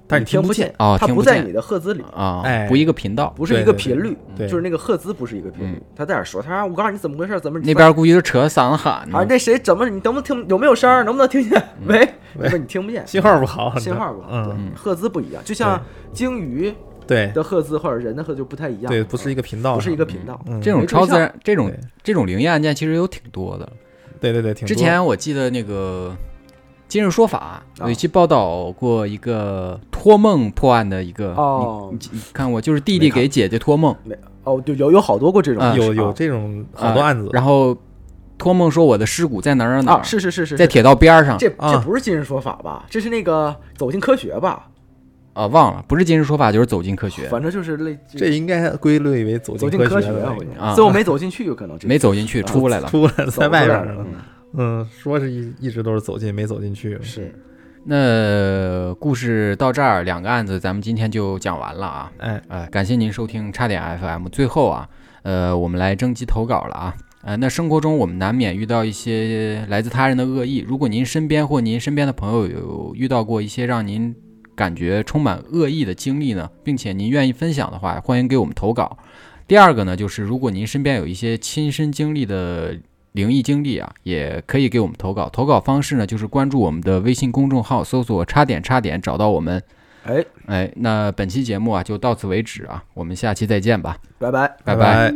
Speaker 3: 但是
Speaker 2: 你
Speaker 3: 你听
Speaker 2: 不
Speaker 3: 不
Speaker 2: 见
Speaker 3: 见，
Speaker 1: 哦
Speaker 2: 他
Speaker 1: 听
Speaker 2: 不
Speaker 1: 不
Speaker 2: 在
Speaker 1: 见
Speaker 2: 你的赫兹里，
Speaker 1: 啊
Speaker 3: 哎，
Speaker 1: 不一个频道，
Speaker 2: 不是一
Speaker 3: 对
Speaker 2: 个
Speaker 3: 对
Speaker 2: 频
Speaker 3: 对
Speaker 2: 率，
Speaker 3: 对
Speaker 2: 就是那个赫兹不是一个频率，他在那儿说，他说啊我告诉你怎么回事，怎么
Speaker 1: 嗯那边嗯估计都扯嗓子喊呢
Speaker 2: 啊。那谁怎么你能不能听有没有声儿，能不能听见？
Speaker 1: 嗯
Speaker 2: 喂，
Speaker 3: 喂
Speaker 2: 不是你听不见，
Speaker 3: 信号不好，
Speaker 2: 信号不好，
Speaker 3: 嗯，
Speaker 2: 对赫兹不一样，就像鲸鱼
Speaker 3: 对
Speaker 2: 的赫兹或者人的赫兹就不太一样，
Speaker 3: 对，不是一个频道，
Speaker 2: 不是一个频道，
Speaker 3: 嗯
Speaker 1: 这种
Speaker 2: 没对
Speaker 1: 超自
Speaker 2: 象
Speaker 1: 然，这种
Speaker 3: 对
Speaker 1: 这种灵异案件其实有挺多的。
Speaker 3: 对对对，挺多
Speaker 1: 之前我记得那个《今日说
Speaker 2: 啊
Speaker 1: 法》有一期报道过一个托梦破案的一个，
Speaker 3: 嗯
Speaker 2: 哦
Speaker 1: 你你你看过，就是弟弟
Speaker 3: 没看
Speaker 1: 给姐姐托梦，
Speaker 2: 哦，就有有好多过这种
Speaker 1: 啊
Speaker 2: 事，
Speaker 3: 有有
Speaker 2: 啊
Speaker 3: 这种好多
Speaker 1: 啊
Speaker 3: 案子，
Speaker 1: 然后托梦说我的尸骨在哪儿哪儿哪
Speaker 2: 啊，
Speaker 1: 儿，
Speaker 2: 是是是是，
Speaker 1: 在
Speaker 2: 是
Speaker 1: 铁道边儿上
Speaker 2: 这
Speaker 3: 啊
Speaker 2: 这不是今日说法吧？这是那个走进科学吧？
Speaker 1: 啊，忘了，不是《今日说法》就是《走进科学》，
Speaker 2: 反正就是类
Speaker 3: 这应该归类为走
Speaker 2: 走
Speaker 3: 进
Speaker 2: 进科
Speaker 3: 学
Speaker 2: 学
Speaker 3: 的
Speaker 2: 啊，
Speaker 3: 那
Speaker 2: 我
Speaker 3: 个
Speaker 2: 觉
Speaker 1: 啊
Speaker 2: 得，最后没走进去有可能这
Speaker 1: 没走进去，
Speaker 2: 啊
Speaker 1: 出来了。
Speaker 3: 出来在外边儿
Speaker 2: 了
Speaker 3: 呢。，嗯，说是一一直都是走进没走进去
Speaker 2: 嗯，是
Speaker 1: 那故事到这儿，两个案子咱们今天就讲完了啊。
Speaker 3: 哎，
Speaker 1: 呃，感谢您收听差点 FM。最后啊，呃，我们来征集投稿了啊。呃，那生活中我们难免遇到一些来自他人的恶意。如果您身边或您身边的朋友有遇到过一些让您感觉充满恶意的经历呢，并且您愿意分享的话，欢迎给我们投稿。第二个呢，就是如果您身边有一些亲身经历的灵异经历啊，也可以给我们投稿。投稿方式呢，就是关注我们的微信公众号，搜索“差点差点”，找到我们。
Speaker 2: 哎，
Speaker 1: 哎，那本期节目啊就到此为止啊，我们下期再见吧，
Speaker 2: 拜拜。
Speaker 1: 拜
Speaker 3: 拜